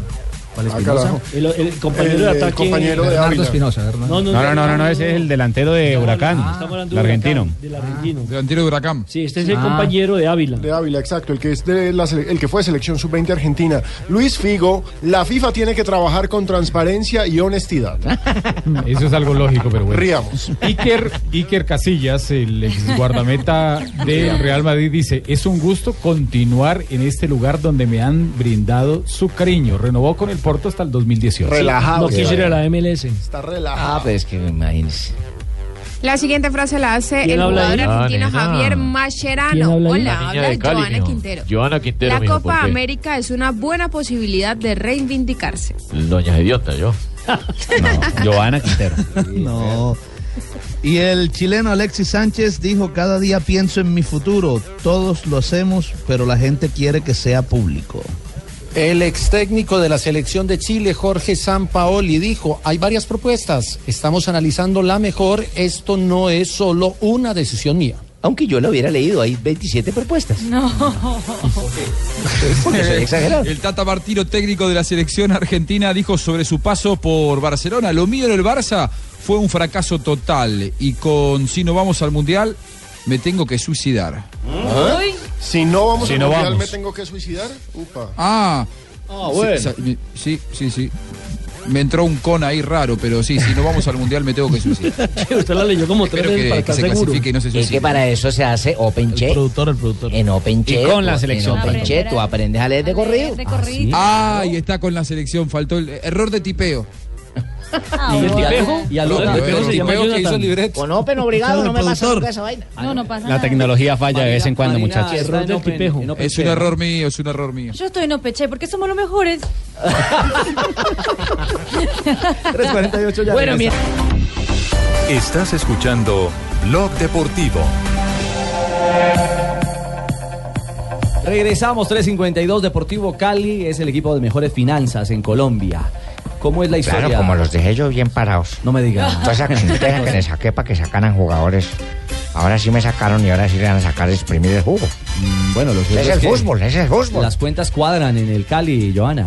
S8: ¿Cuál
S3: Ah, carajo. El, el compañero de ataque.
S8: Bernardo Espinosa,
S3: No, no,
S8: Hernando.
S3: no, no, no,
S8: ese es el delantero de Huracán,
S3: hablando
S8: el
S3: de
S8: argentino.
S3: Del argentino.
S20: Ah,
S12: Delantero de Huracán.
S3: Sí, este es
S39: Ah.
S3: el compañero de Ávila.
S12: Ah. De Ávila, exacto, el que, es de la sele- el que fue selección sub-20 argentina. Luis Figo, la FIFA tiene que trabajar con transparencia y honestidad.
S20: ¿Ah?
S8: Eso es algo lógico, pero bueno.
S12: Riamos.
S8: Iker, Iker Casillas, el ex guardameta del Real Madrid, dice: Es un gusto continuar en este lugar donde me han brindado su cariño. Renovó con el Porto hasta el 2018.
S3: No quiso ir a la MLS.
S12: Está relajado.
S15: Ah, pues que me imagínese.
S40: La siguiente frase la hace
S22: ¿Quién
S40: el
S22: habla
S40: jugador
S22: ahí?
S40: argentino
S22: Ah, nena.
S40: Javier
S22: ¿Quién
S40: Mascherano.
S22: habla ahí?
S40: Hola,
S22: La niña
S40: habla
S22: de Cali,
S40: Joana
S22: mijo.
S40: Quintero.
S22: Joana Quintero,
S40: La
S22: mijo,
S40: Copa
S22: ¿por qué?
S40: América es una buena posibilidad de reivindicarse.
S22: Doña Idiota, yo.
S17: Joana Quintero.
S19: No. Y el chileno Alexis Sánchez dijo, cada día pienso en mi futuro, todos lo hacemos, pero la gente quiere que sea público.
S16: El ex técnico de la selección de Chile, Jorge Sampaoli, dijo, hay varias propuestas, estamos analizando la mejor, esto no es solo una decisión mía.
S15: Aunque yo lo hubiera leído, hay 27 propuestas.
S4: No. Porque soy exagerado.
S20: El Tata Martino, técnico de la selección argentina, dijo sobre su paso por Barcelona, lo mío en el Barça fue un fracaso total y con si no vamos al Mundial me tengo que suicidar.
S3: ¿Ah?
S12: Si no vamos
S20: Si
S12: al
S20: no
S12: mundial,
S20: vamos.
S12: me tengo que suicidar. Upa.
S20: Ah, Ah, bueno. Sí, sí, sí. Me entró un con ahí raro, pero sí, si no vamos al mundial me tengo que suicidar.
S3: Usted la leyó como tres
S20: Espero
S3: veces
S20: que-
S3: para
S20: que
S3: estar
S20: se
S3: seguro.
S20: clasifique y no se
S39: Es
S20: suicide.
S39: que para eso se hace Open Che. El productor, el productor. En Open Che.
S20: con la
S39: tú-
S20: selección. pues.
S39: En Open Che tú aprendes a leer de corrido.
S20: Ah, y está con la selección. Faltó el error de tipeo.
S39: Ah, ¿Y el
S20: tipejo?
S39: Y al otro
S20: Claro,
S39: tipejo
S20: el
S39: se llama
S20: tipeo que
S39: Jonathan.
S20: hizo el libreto.
S39: Con Open obligado, no me pasa nunca esa vaina.
S4: Ah, No, no pasa
S17: La
S4: nada.
S17: tecnología falla de vez en cuando,
S20: Marina,
S17: muchachos.
S20: está en Error de tipejo. Es un error mío, es un error mío.
S4: Yo estoy en Opeche porque somos los mejores.
S1: 3:48 ya
S4: Bueno,
S1: regresa. Estás escuchando Blog Deportivo.
S6: Regresamos 352 Deportivo Cali es el equipo de mejores finanzas en Colombia. ¿Cómo es la historia?
S15: Claro, como los dejé yo bien parados.
S6: No me digas.
S15: Todas esas chintejas que le saqué para que sacaran jugadores. Ahora sí me sacaron y ahora sí le van a sacar exprimir el jugo.
S6: Mm, Bueno, lo
S15: Es el fútbol, es el fútbol.
S6: Las cuentas cuadran en el Cali, Joana.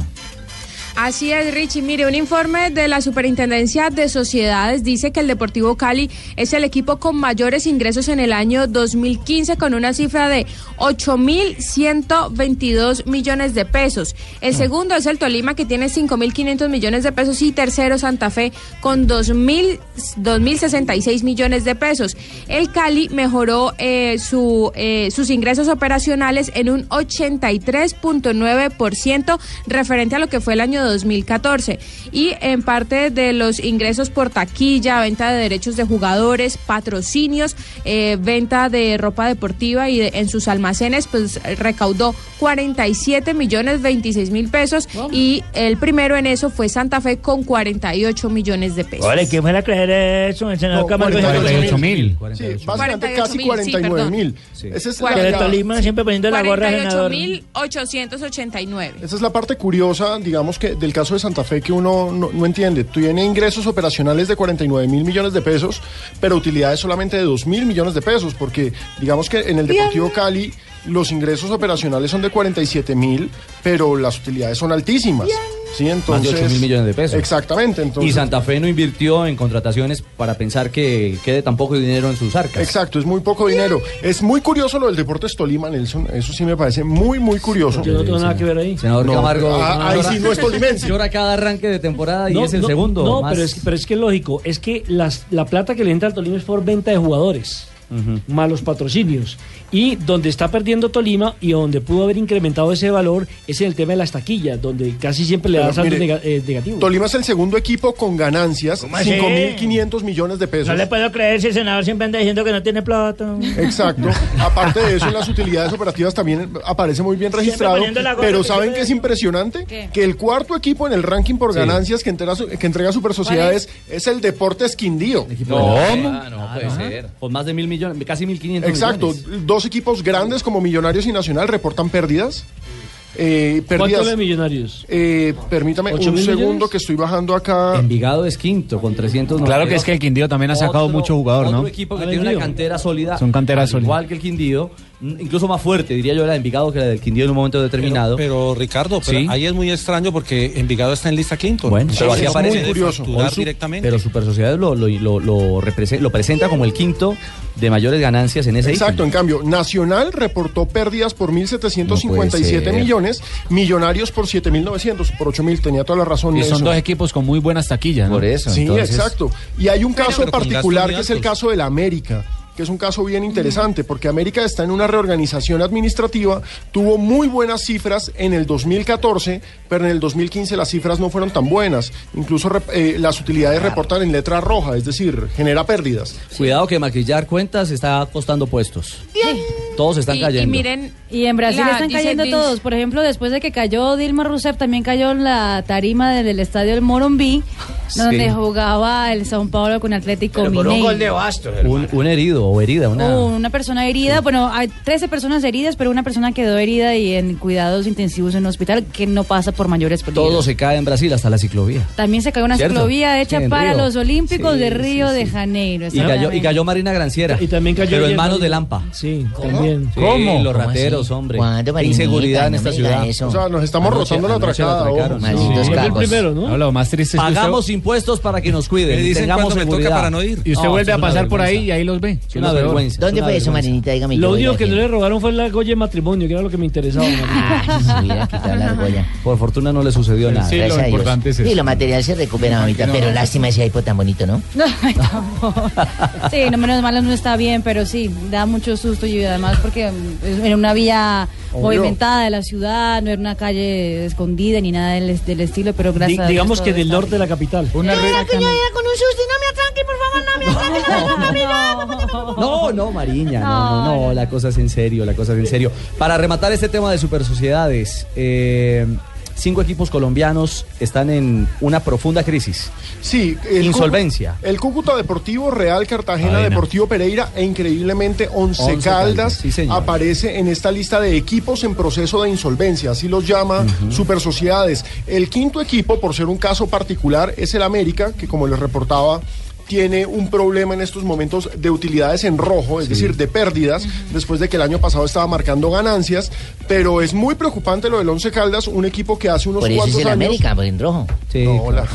S40: Así es, Richie. Mire, un informe de la Superintendencia de Sociedades dice que el Deportivo Cali es el equipo con mayores ingresos en el año 2015 con una cifra de 8.122 millones de pesos. El segundo es el Tolima que tiene 5.500 millones de pesos y tercero Santa Fe con 2.000 2.066 millones de pesos. El Cali mejoró eh, su, eh, sus ingresos operacionales en un 83.9% referente a lo que fue el año 2014 y en parte de los ingresos por taquilla, venta de derechos de jugadores, patrocinios, eh, venta de ropa deportiva y de- en sus almacenes pues recaudó 47 millones 26 mil pesos y el primero en eso fue Santa Fe con 48 millones de pesos.
S7: Ahora, ¿quién fuera a creer eso? El senador
S12: No,
S7: Camargo.
S12: 48
S7: mil.
S12: Sí, básicamente
S40: 48.000,
S12: casi
S40: sí,
S12: 49 mil.
S7: Sí.
S12: Esa es
S40: Pero
S12: la,
S7: Tolima siempre poniendo la gorra de senador.
S40: 48.889.
S12: Esa es la parte curiosa, digamos que del caso de Santa Fe que uno no, no entiende. Tiene ingresos operacionales de 49 mil millones de pesos, pero utilidades solamente de 2 mil millones de pesos, porque digamos que en el Deportivo Cali los ingresos operacionales son de 47 mil, pero las utilidades son altísimas. Sí,
S6: Más de
S12: entonces.
S6: 8 mil millones de pesos.
S12: Exactamente, entonces.
S6: Y Santa Fe no invirtió en contrataciones para pensar que quede tan poco dinero en sus arcas.
S12: Exacto, es muy poco dinero. Es muy curioso lo del Deportes Tolima, Nelson. Eso sí me parece muy, muy curioso.
S3: Yo no tengo nada que ver ahí.
S6: Senador
S12: No,
S6: Camargo.
S12: ah, ahí sí no es tolimense.
S6: Llora cada arranque de temporada Ah, y
S3: No,
S6: es el
S3: no,
S6: segundo.
S3: No,
S6: más-
S3: pero, es, pero es que es lógico. Es que las, la plata que le entra al Tolima es por venta de jugadores. más los patrocinios. Y donde está perdiendo Tolima y donde pudo haber incrementado ese valor es en el tema de las taquillas, donde casi siempre le
S12: Pero
S3: da saldos
S12: mire,
S3: nega- eh, negativos.
S12: Tolima es el segundo equipo con ganancias,
S3: así?
S12: 5.500 millones de pesos.
S7: No le puedo creer si el senador siempre anda diciendo que no tiene plata.
S12: Exacto. Aparte de eso, en las utilidades operativas también aparece muy bien
S7: Siempre
S12: registrado.
S7: poniendo la gorra
S12: Pero
S7: que
S12: ¿saben
S7: yo
S12: qué es impresionante?
S7: ¿Qué?
S12: Que el cuarto equipo en el ranking por ganancias que, entera su- que entrega Super Sociedades es? el Deportes Quindío.
S6: No, ah, no puede ser. Con más de mil millones, casi mil quinientos
S12: Exacto.
S6: millones.
S12: Dos equipos grandes como Millonarios y Nacional reportan pérdidas. Eh,
S3: ¿Cuánto
S12: pérdidas.
S3: de millonarios?
S12: Eh, permítame
S3: ¿Ocho
S12: un
S3: mil
S12: segundo
S3: millones?
S12: que estoy bajando acá.
S6: Envigado es quinto con 300.
S17: Claro que es que el Quindío también ha sacado
S6: Otro-
S17: mucho jugador,
S6: otro
S17: ¿no?
S6: equipo que
S17: Ha
S6: tiene una
S17: vendido.
S6: cantera sólida.
S17: Son canteras
S6: al
S17: sólidas.
S6: Igual que el Quindío, mm, incluso más fuerte, diría yo, la de Envigado que la del Quindío en un momento determinado.
S16: Pero, Ricardo, pero
S6: Sí.
S16: ahí es muy extraño porque Envigado está en lista Clinton.
S6: Bueno, pero aquí
S16: es
S6: aparece
S16: muy curioso.
S6: Hoy su-
S16: directamente.
S6: Pero Super Sociedades lo, lo, lo, lo represe- lo presenta como el quinto de mayores ganancias en ese
S12: Exacto, en cambio, Nacional reportó pérdidas por 1.757
S6: No puede ser.
S12: millones, Millonarios por 7.900, por 8.000, tenía toda la razón.
S17: Y son
S12: Nelson.
S17: dos equipos con muy buenas taquillas, ¿no?
S6: Por eso,
S12: Sí, exacto. Y hay un caso
S17: pero con gastos
S12: particular
S17: muy
S12: que es el
S17: altos.
S12: caso de la América que es un caso bien interesante, porque América está en una reorganización administrativa, tuvo muy buenas cifras en el 2014, pero en el 2015 las cifras no fueron tan buenas. Incluso rep- eh, las utilidades reportan en letra roja, es decir, genera pérdidas.
S6: Cuidado que maquillar cuentas está costando puestos. Todos están
S40: Y-
S6: cayendo.
S40: Y miren,
S4: Y en Brasil
S40: La-
S4: están
S40: dice-
S4: cayendo
S40: dice-
S4: todos. Por ejemplo, después de que cayó Dilma Rousseff, también cayó en la tarima del, del estadio del Morumbi,
S6: Sí.
S4: donde jugaba el São Paulo con Atlético Mineiro.
S6: Un, un herido o herida, una.
S4: Hubo una persona herida, bueno, hay 13 personas heridas, pero una persona quedó herida y en cuidados intensivos en un hospital que no pasa por mayores peligros.
S6: Todo se cae en Brasil, hasta la ciclovía.
S4: También se cayó una
S6: ¿Cierto?
S4: ciclovía hecha
S6: Sí, en
S4: para
S6: Río.
S4: los Olímpicos
S6: Sí,
S4: de
S6: sí,
S4: Río de Janeiro.
S6: Y cayó, y
S4: exactamente.
S6: cayó Marina Granciera. Y también
S3: cayó
S6: Pero en
S3: ella
S6: manos de
S3: también.
S6: Lampa.
S3: Sí, también.
S6: Sí, los rateros, hombre. Inseguridad en esta ciudad.
S12: O sea, nos estamos
S6: Anoche-
S12: rozando la
S6: anoche
S12: atracada.
S6: atracaron,
S12: ojo.
S6: sí.
S3: Fue el primero, ¿no?
S17: No, lo más triste es que
S6: Pagamos
S17: usted-
S6: impuestos para que nos cuiden.
S41: Me dicen
S6: tengamos
S41: cuándo me toca
S6: seguridad.
S41: para no ir.
S17: Y usted
S6: No,
S17: vuelve
S6: es
S17: a
S6: una
S17: pasar por ahí
S6: vergüenza.
S17: y ahí los ve.
S6: Es una vergüenza.
S17: es una vergüenza.
S15: Marinita? Dígame.
S3: Lo
S15: yo
S3: único
S15: voy
S3: que no le robaron fue la Goya de matrimonio, que era lo que me interesaba.
S6: Por fortuna no le sucedió nada.
S15: Sí, lo importante es eso. Y lo material se recupera ahorita,
S6: no.
S15: pero lástima ese iPod tan bonito, ¿no?
S4: No, ay, tampoco. Sí, no menos mal no está bien, pero sí, da mucho susto y además porque mm, es- era una vía
S3: Obvio.
S4: movimentada de la ciudad, no era una calle escondida ni nada del, del estilo, pero
S3: Di-
S4: gracias a Dios
S3: digamos
S4: todo
S3: que
S4: está
S3: del norte de la capital.
S4: con un susto, no me atraque, por favor, no me
S6: No, no, Mariña, no, no, no, la cosa es en serio, la cosa es en serio. Para rematar este tema de super sociedades, cinco equipos colombianos están en una profunda crisis.
S12: Sí,
S6: el Insolvencia.
S12: Cú- El Cúcuta Deportivo, Real Cartagena,
S6: Cadena.
S12: Deportivo Pereira e increíblemente Once,
S6: Once Caldas,
S12: Caldas
S6: sí, señor.
S12: aparece en esta lista de equipos en proceso de insolvencia, así los llama Super Sociedades. El quinto equipo, por ser un caso particular, es el América, que como les reportaba tiene un problema en estos momentos de utilidades en rojo, es decir, de pérdidas, después de que el año pasado estaba marcando ganancias, pero es muy preocupante lo del Once Caldas, un equipo que hace unos
S4: Por eso
S12: cuantos
S4: es el
S12: años
S4: América, pues en rojo.
S12: No, hola.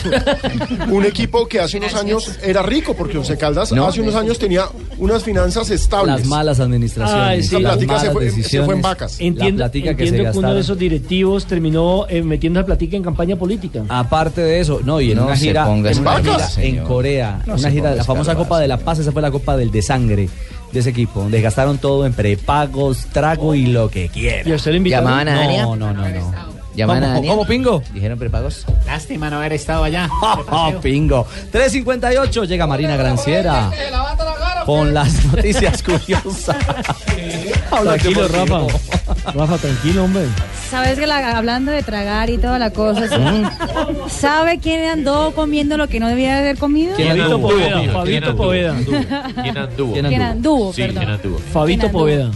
S12: un equipo que hace unos
S4: Gracias.
S12: años era rico, porque Once Caldas
S6: No.
S12: hace unos años tenía unas finanzas estables.
S6: Las malas administraciones,
S3: Ay, sí,
S12: Esa
S3: las
S12: plática se fue, se
S3: malas
S12: fue en
S3: decisiones.
S12: vacas.
S3: Entiendo,
S6: platica que se
S3: entiendo que, uno
S6: gastaron.
S3: de esos directivos terminó eh, metiendo la platica en campaña política.
S6: Aparte de eso, no, y en
S3: No
S6: una
S3: se
S6: gira,
S3: ponga
S6: en, una
S3: escarbado,
S6: gira en
S3: señor.
S6: Corea,
S3: No
S6: una
S3: se
S6: gira,
S3: ponga
S6: la famosa
S3: escarbado,
S6: Copa de la Paz, esa fue la Copa del desangre de ese equipo, donde gastaron todo en prepagos, trago y lo que quiera.
S3: ¿Y a usted lo invitaron?
S6: ¿Llamaban a Dania?
S3: No, no, no.
S6: ¿Llamaban a Daniel? Pingo?
S4: Dijeron prepagos.
S17: Lástima no haber estado allá.
S6: Ah, Pingo. 3.58 llega Marina Granciera con las noticias curiosas.
S3: Tranquilo, Rafa. Rafa, tranquilo, hombre.
S4: Sabes que la- hablando de tragar y toda la cosa, ¿sí?
S3: ¿Eh?
S4: ¿sabe quién andó comiendo lo que no debía haber comido?
S3: ¿Quién Fabito anduvo? Poveda,
S22: mijo,
S3: Fabito
S22: ¿quién anduvo?
S3: Poveda.
S22: ¿Quién anduvo?
S4: ¿Quién ¿Quién anduvo? anduvo?
S22: Sí,
S4: Perdón.
S22: ¿quién anduvo?
S3: Fabito Poveda.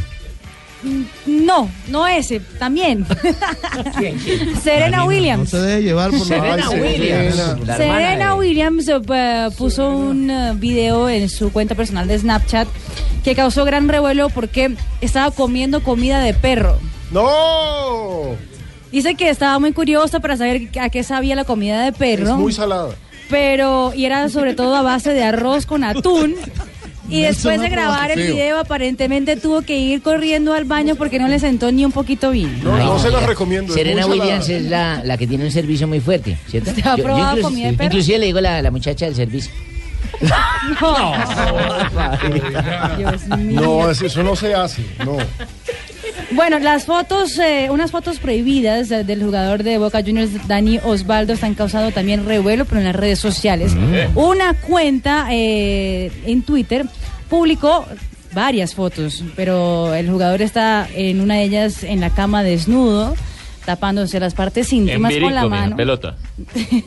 S4: No, no ese, también. Serena
S19: No
S4: Williams.
S19: se deje llevar por
S12: Serena
S19: Ay,
S12: Williams.
S19: Serena.
S4: Serena Williams eh, p- puso un eh, video en su cuenta personal de Snapchat que causó gran revuelo porque estaba comiendo comida de perro.
S12: ¡No!
S4: Dice que estaba muy curiosa para saber a qué sabía la comida de perro.
S12: Es muy salada.
S4: pero y era sobre todo a base de arroz con atún. Y
S12: Nelson
S4: después de
S12: Arroz,
S4: grabar el
S12: qué feo.
S4: video, aparentemente tuvo que ir corriendo al baño porque no le sentó ni un poquito bien.
S12: No,
S4: Ay,
S12: no se las
S4: mira.
S12: recomiendo. es
S4: Serena
S12: muy salada.
S4: Williams es
S15: la, la que tiene un servicio muy fuerte, ¿cierto?
S4: ¿Usted ha probado comida de perro?
S15: Inclusive le digo la, la muchacha del servicio.
S4: No.
S12: No, es- eso no se hace. No.
S4: Bueno, las fotos, eh, unas fotos prohibidas eh, del jugador de Boca Juniors, Dani Osvaldo, están causando también revuelo, pero en las redes sociales.
S7: Mm.
S4: Una cuenta eh, en Twitter publicó varias fotos, pero el jugador está en una de ellas en la cama desnudo, tapándose las partes íntimas con la
S22: mija,
S4: mano.
S22: pelota.
S4: Y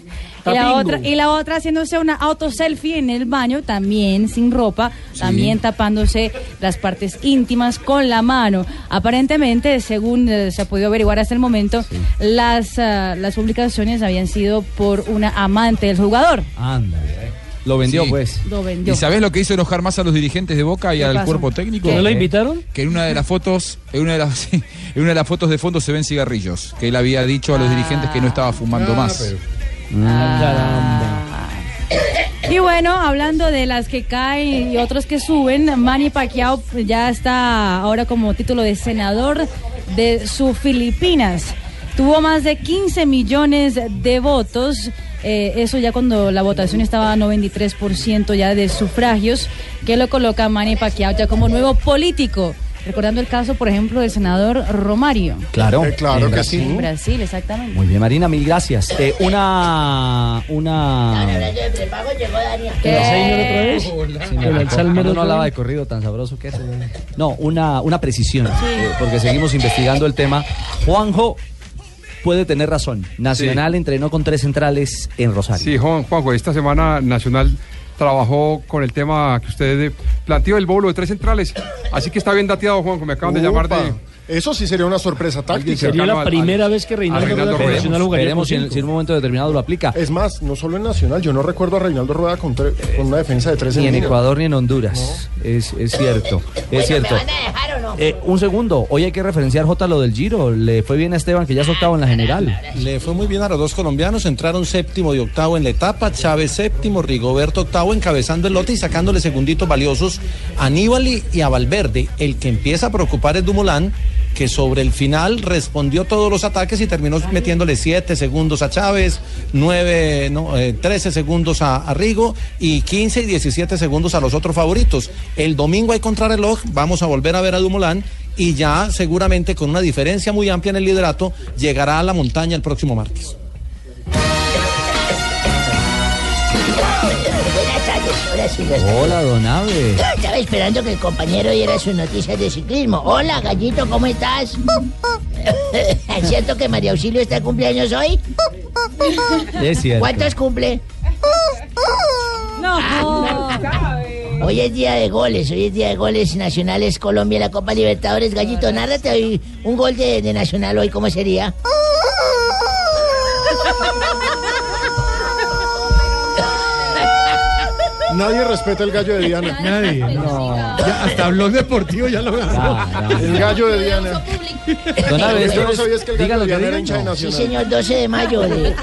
S4: la,
S22: Tapingo.
S4: otra, y la otra haciéndose una auto selfie en el baño, también sin ropa, también tapándose las partes íntimas con la mano. Aparentemente, según eh, se ha podido averiguar hasta el momento, las, ah, las publicaciones habían sido por una amante del jugador.
S6: Anda,
S17: eh.
S6: lo vendió
S20: Sí.
S6: pues.
S4: Lo vendió.
S20: ¿Y sabés lo que hizo enojar más a los dirigentes de Boca y
S4: ¿Qué
S20: al
S4: pasó?
S20: cuerpo técnico?
S4: ¿Que no lo
S3: invitaron?
S20: Que en una de las fotos, en una de las, sí, en una de las fotos de fondo se ven cigarrillos, que él había dicho a los dirigentes que no estaba fumando
S3: Ah,
S20: más.
S3: pero-
S17: Ah,
S4: Y bueno, hablando de las que caen y otros que suben, Manny Pacquiao ya está ahora como título de senador de su Filipinas. Tuvo más de 15 millones de votos, eh, eso ya cuando la votación estaba a 93% ya de sufragios, que lo coloca a Manny Pacquiao ya como nuevo político. Recordando el caso, por ejemplo, del senador Romario.
S6: Claro, en Brasil.
S4: En Brasil, exactamente.
S6: Muy bien, Marina, mil gracias. Eh, una, una. Señora, no, no hablaba de corrido tan sabroso que es. No, una, una precisión, eh, porque seguimos investigando el tema. Juanjo puede tener razón. Nacional entrenó con tres centrales en Rosario.
S24: Sí, Juan- Juanjo, esta semana Nacional trabajó con el tema que usted eh, planteó, el bolo de tres centrales. Así que está bien dateado, Juanjo, me acaban de llamar de,
S12: Eso sí sería una sorpresa táctica.
S16: Sería la primera vez que Reinaldo Rueda como profesional jugaría
S6: Veremos si
S16: con
S6: en,
S16: cinco.
S6: si en un momento determinado lo aplica.
S12: Es más, no solo en Nacional, yo no recuerdo a Reinaldo Rueda con, tre- con una defensa de tres
S6: Ni en
S12: línea.
S6: Ecuador ni en Honduras. Es, es cierto, es cierto. Eh, un segundo, hoy hay que referenciar, J, lo del Giro. Le fue bien a Esteban, que ya es octavo en la general.
S16: Le fue muy bien a los dos colombianos, entraron séptimo y octavo en la etapa, Chávez séptimo, Rigoberto octavo encabezando el lote y sacándole segunditos valiosos a Aníbal y a Valverde. El que empieza a preocupar es Dumoulin, que sobre el final respondió todos los ataques y terminó metiéndole siete segundos a Chávez, nueve, no, eh, 13 segundos a, a Rigo y 15 y 17 segundos a los otros favoritos. El domingo hay contrarreloj, vamos a volver a ver a Dumoulin y ya seguramente con una diferencia muy amplia en el liderato llegará a la montaña el próximo martes.
S21: Buenas tardes, hola Silvestre.
S6: Hola, don Abe.
S21: Estaba esperando que el compañero diera sus noticias de ciclismo. Hola, gallito, ¿cómo estás? ¿Es cierto que María Auxilio está de cumpleaños hoy?
S6: Es cierto.
S21: ¿Cuántos cumple? No. Hoy es día de goles, hoy es día de goles nacionales Colombia, la Copa Libertadores. Gallito, nárrate hoy un gol de, de Nacional hoy, ¿cómo sería?
S12: Nadie respeta el gallo de Diana. Nadie. hasta blog deportivo ya lo El gallo de Diana.
S6: Don Abe,
S12: Yo
S6: esto
S12: no
S6: es-
S12: sabía es que el
S6: diga
S12: gallo
S6: lo
S12: de
S6: que
S12: Diana era
S6: diga,
S12: hincha de
S6: no.
S21: Sí,
S12: Nacional.
S21: señor, 12 de mayo. de-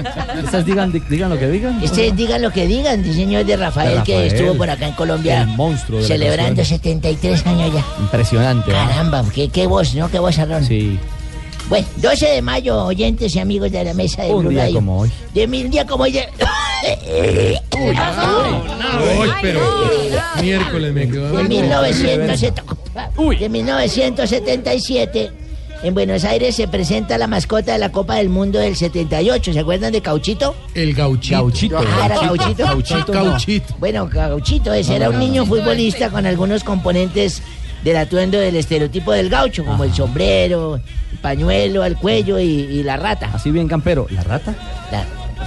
S6: Estas digan, di- digan lo que digan.
S21: Ustedes digan lo que digan, el señor de Rafael,
S6: De
S21: que
S6: Rafael,
S21: estuvo por acá en Colombia
S6: el monstruo de la
S21: celebrando
S6: canción.
S21: 73 años ya.
S6: Impresionante. ¿eh?
S21: Caramba, qué, qué voz, ¿no? Qué voz, Arrón.
S6: Sí.
S21: Bueno, 12 de mayo, oyentes y amigos de la mesa de
S6: Un
S21: Blue
S6: día
S21: Radio.
S6: como hoy.
S21: De mi un día como hoy. de- Ah,
S25: Hoy,
S21: Uy,
S25: pero miércoles me quedó.
S21: de 1970 de 1977, en Buenos Aires se presenta la mascota de la Copa del Mundo del 78. ¿Se acuerdan de Cauchito?
S25: El gauchito.
S21: Gauchito. Ah, era Gauchito.
S25: Gauchito.
S21: Bueno, Gauchito ese era un niño futbolista con algunos componentes del atuendo del estereotipo del gaucho, como el sombrero, el pañuelo al cuello y, y la rata.
S6: Así bien campero. ¿La rata?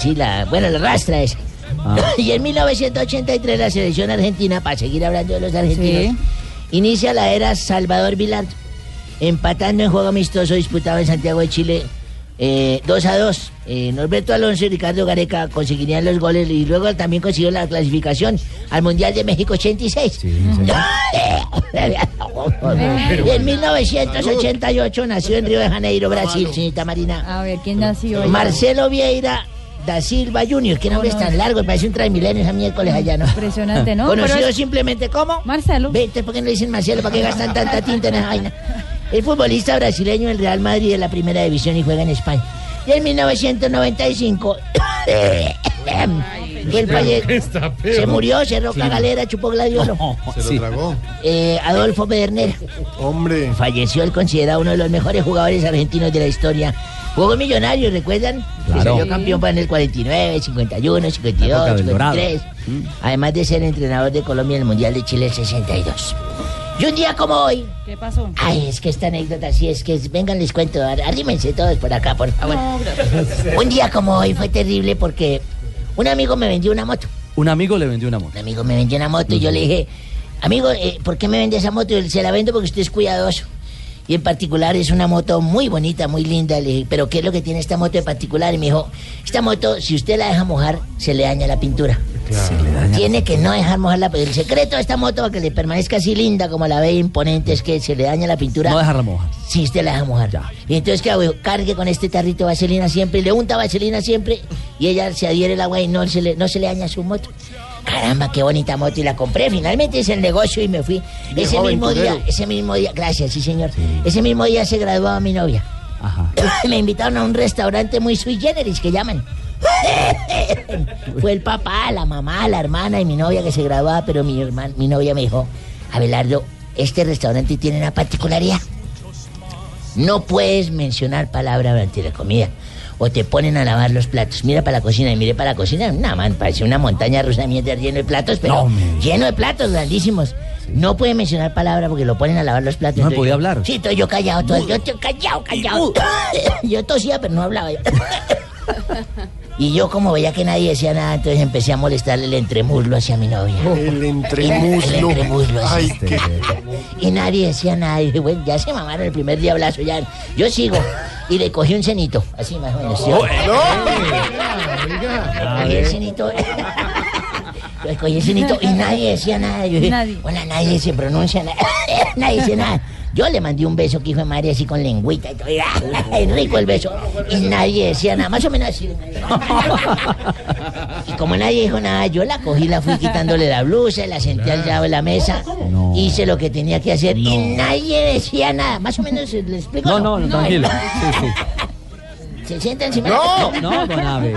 S21: sí, la, bueno, la rastra esa. Y en 1983 la selección argentina, para seguir hablando de los argentinos, inicia la era Salvador Vilar, empatando en juego amistoso disputado en Santiago de Chile eh, 2 a 2. Eh, Norberto Alonso y Ricardo Gareca conseguirían los goles y luego también consiguió la clasificación al Mundial de México 86. y en 1988 nació en Río de Janeiro, Brasil, señorita Marina.
S15: A ver, ¿quién nació? hoy?
S21: Marcelo Vieira da Silva Junior, que nombre es tan largo, parece un transmilenio ese miércoles allá, ¿no?
S15: Impresionante, ¿no?
S21: Conocido
S15: Pero es-
S21: simplemente como Marcelo. Vete, ¿por qué no le dicen Marcelo? ¿Para qué gastan tanta tinta en esa vaina? El futbolista brasileño del Real Madrid de la primera división y juega en España. Y en 1995 fue el falle- se murió, cerró la galera, chupó gladiolo.
S12: Se lo tragó.
S21: Eh, Adolfo Pedernera. Hombre. Falleció el considerado uno de los mejores jugadores argentinos de la historia. Jugó en Millonarios, ¿recuerdan? Que
S6: Claro.
S21: salió campeón para en el 49, 51,
S6: La época
S21: 52,
S6: del Dorado.
S21: 53. Además de ser entrenador de Colombia en el Mundial de Chile 62. Y un día como hoy.
S15: ¿Qué pasó?
S21: Ay, es que esta anécdota sí es que es- vengan les cuento, ar- arrímense todos por acá, por favor. Un día como hoy fue terrible porque un amigo me vendió una moto.
S6: Un amigo le vendió una moto.
S21: Un amigo me vendió una moto y yo le dije, amigo, eh, ¿por qué me vende esa moto? Y él, se la vendo porque usted es cuidadoso. Y en particular es una moto muy bonita, muy linda. Le dije, ¿pero qué es lo que tiene esta moto en particular? Y me dijo, esta moto, si usted la deja mojar, se le daña la pintura. Tiene que no dejar mojar la El secreto de esta moto para que le permanezca así linda como la ve imponente es que se le daña la pintura.
S6: No dejarla mojar.
S21: Sí, usted la deja mojar. Y entonces, ¿qué hago? Yo, Cargue con este tarrito de vaselina siempre, y le unta vaselina siempre y ella se adhiere el agua y no se le, no se le daña su moto. Caramba, qué bonita moto y la compré. Finalmente hice el negocio y me fui.
S22: Viejo
S21: ese mismo día,
S22: aventurero.
S21: ese mismo día, gracias, sí señor. Ese mismo día se graduó a mi novia. me invitaron a un restaurante muy sui generis que llaman. Fue el papá, la mamá, la hermana y mi novia que se graduaba, pero mi, hermana, mi novia me dijo, Abelardo, este restaurante tiene una particularidad. No puedes mencionar palabra durante la comida. O te ponen a lavar los platos. Mira para la cocina y mire para la cocina. Nada man, parece una montaña rusa de mierda lleno de platos, pero lleno de platos grandísimos. No puede mencionar palabra porque lo ponen a lavar los platos.
S6: No
S21: Entonces
S6: podía
S21: yo-
S6: hablar.
S21: Sí, estoy yo callado, todo, yo estoy callado, callado. yo tosía, pero no hablaba. yo. Y yo como veía que nadie decía nada, entonces empecé a molestarle el entremuslo hacia mi novia.
S12: Oh, El
S21: El,
S12: entremuslo.
S21: entremuslo.
S12: Ay,
S21: así.
S12: qué-
S21: Y nadie decía nada. Y dije, bueno, ya se mamaron el primer diablazo, ya. Yo sigo. Y le cogí un cenito, así más o menos. ¿sí? Cogí el cenito. Le cogí el cenito y nadie decía nada. Yo dije,
S4: Nadie.
S21: hola, nadie se pronuncia nada. nadie dice nada. Yo le mandé un beso que hijo de madre así con lengüita y todo. y, ah, rico el beso. Y nadie decía nada, más o menos así. Y como nadie dijo nada, yo la cogí, la fui quitándole la blusa, la senté al lado de la mesa, hice lo que tenía que hacer y nadie decía nada. Más o menos le explico.
S9: No, no, no, tranquilo. Sí, sí.
S21: Se sienta encima
S9: No,
S21: de la
S9: no, don Abe.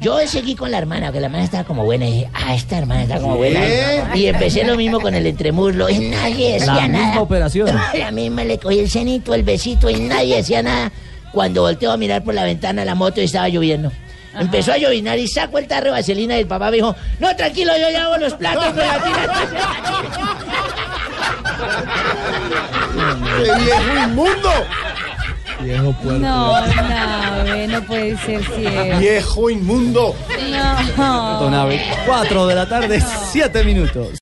S21: Yo seguí con la hermana, que la hermana estaba como buena. Y dije, ah, esta hermana está como buena.
S9: ¿Eh?
S21: Y empecé lo mismo con el entremuslo. Y nadie decía
S9: La
S15: 啊
S21: nada.
S9: misma operación.
S21: A mí me le cogí el cenito, el besito y nadie decía nada. Cuando volteo a mirar por la ventana la moto y estaba lloviendo. Empezó a llovinar y saco el tarro de vaselina y el papá me dijo, no, tranquilo, yo ya hago los platos con la
S12: ¡Qué viejo inmundo!
S19: Viejo
S4: No, no, no puede ser cierto.
S12: ¡Viejo inmundo!
S4: No.
S9: Don Abe, 4 de la tarde, 7 minutos.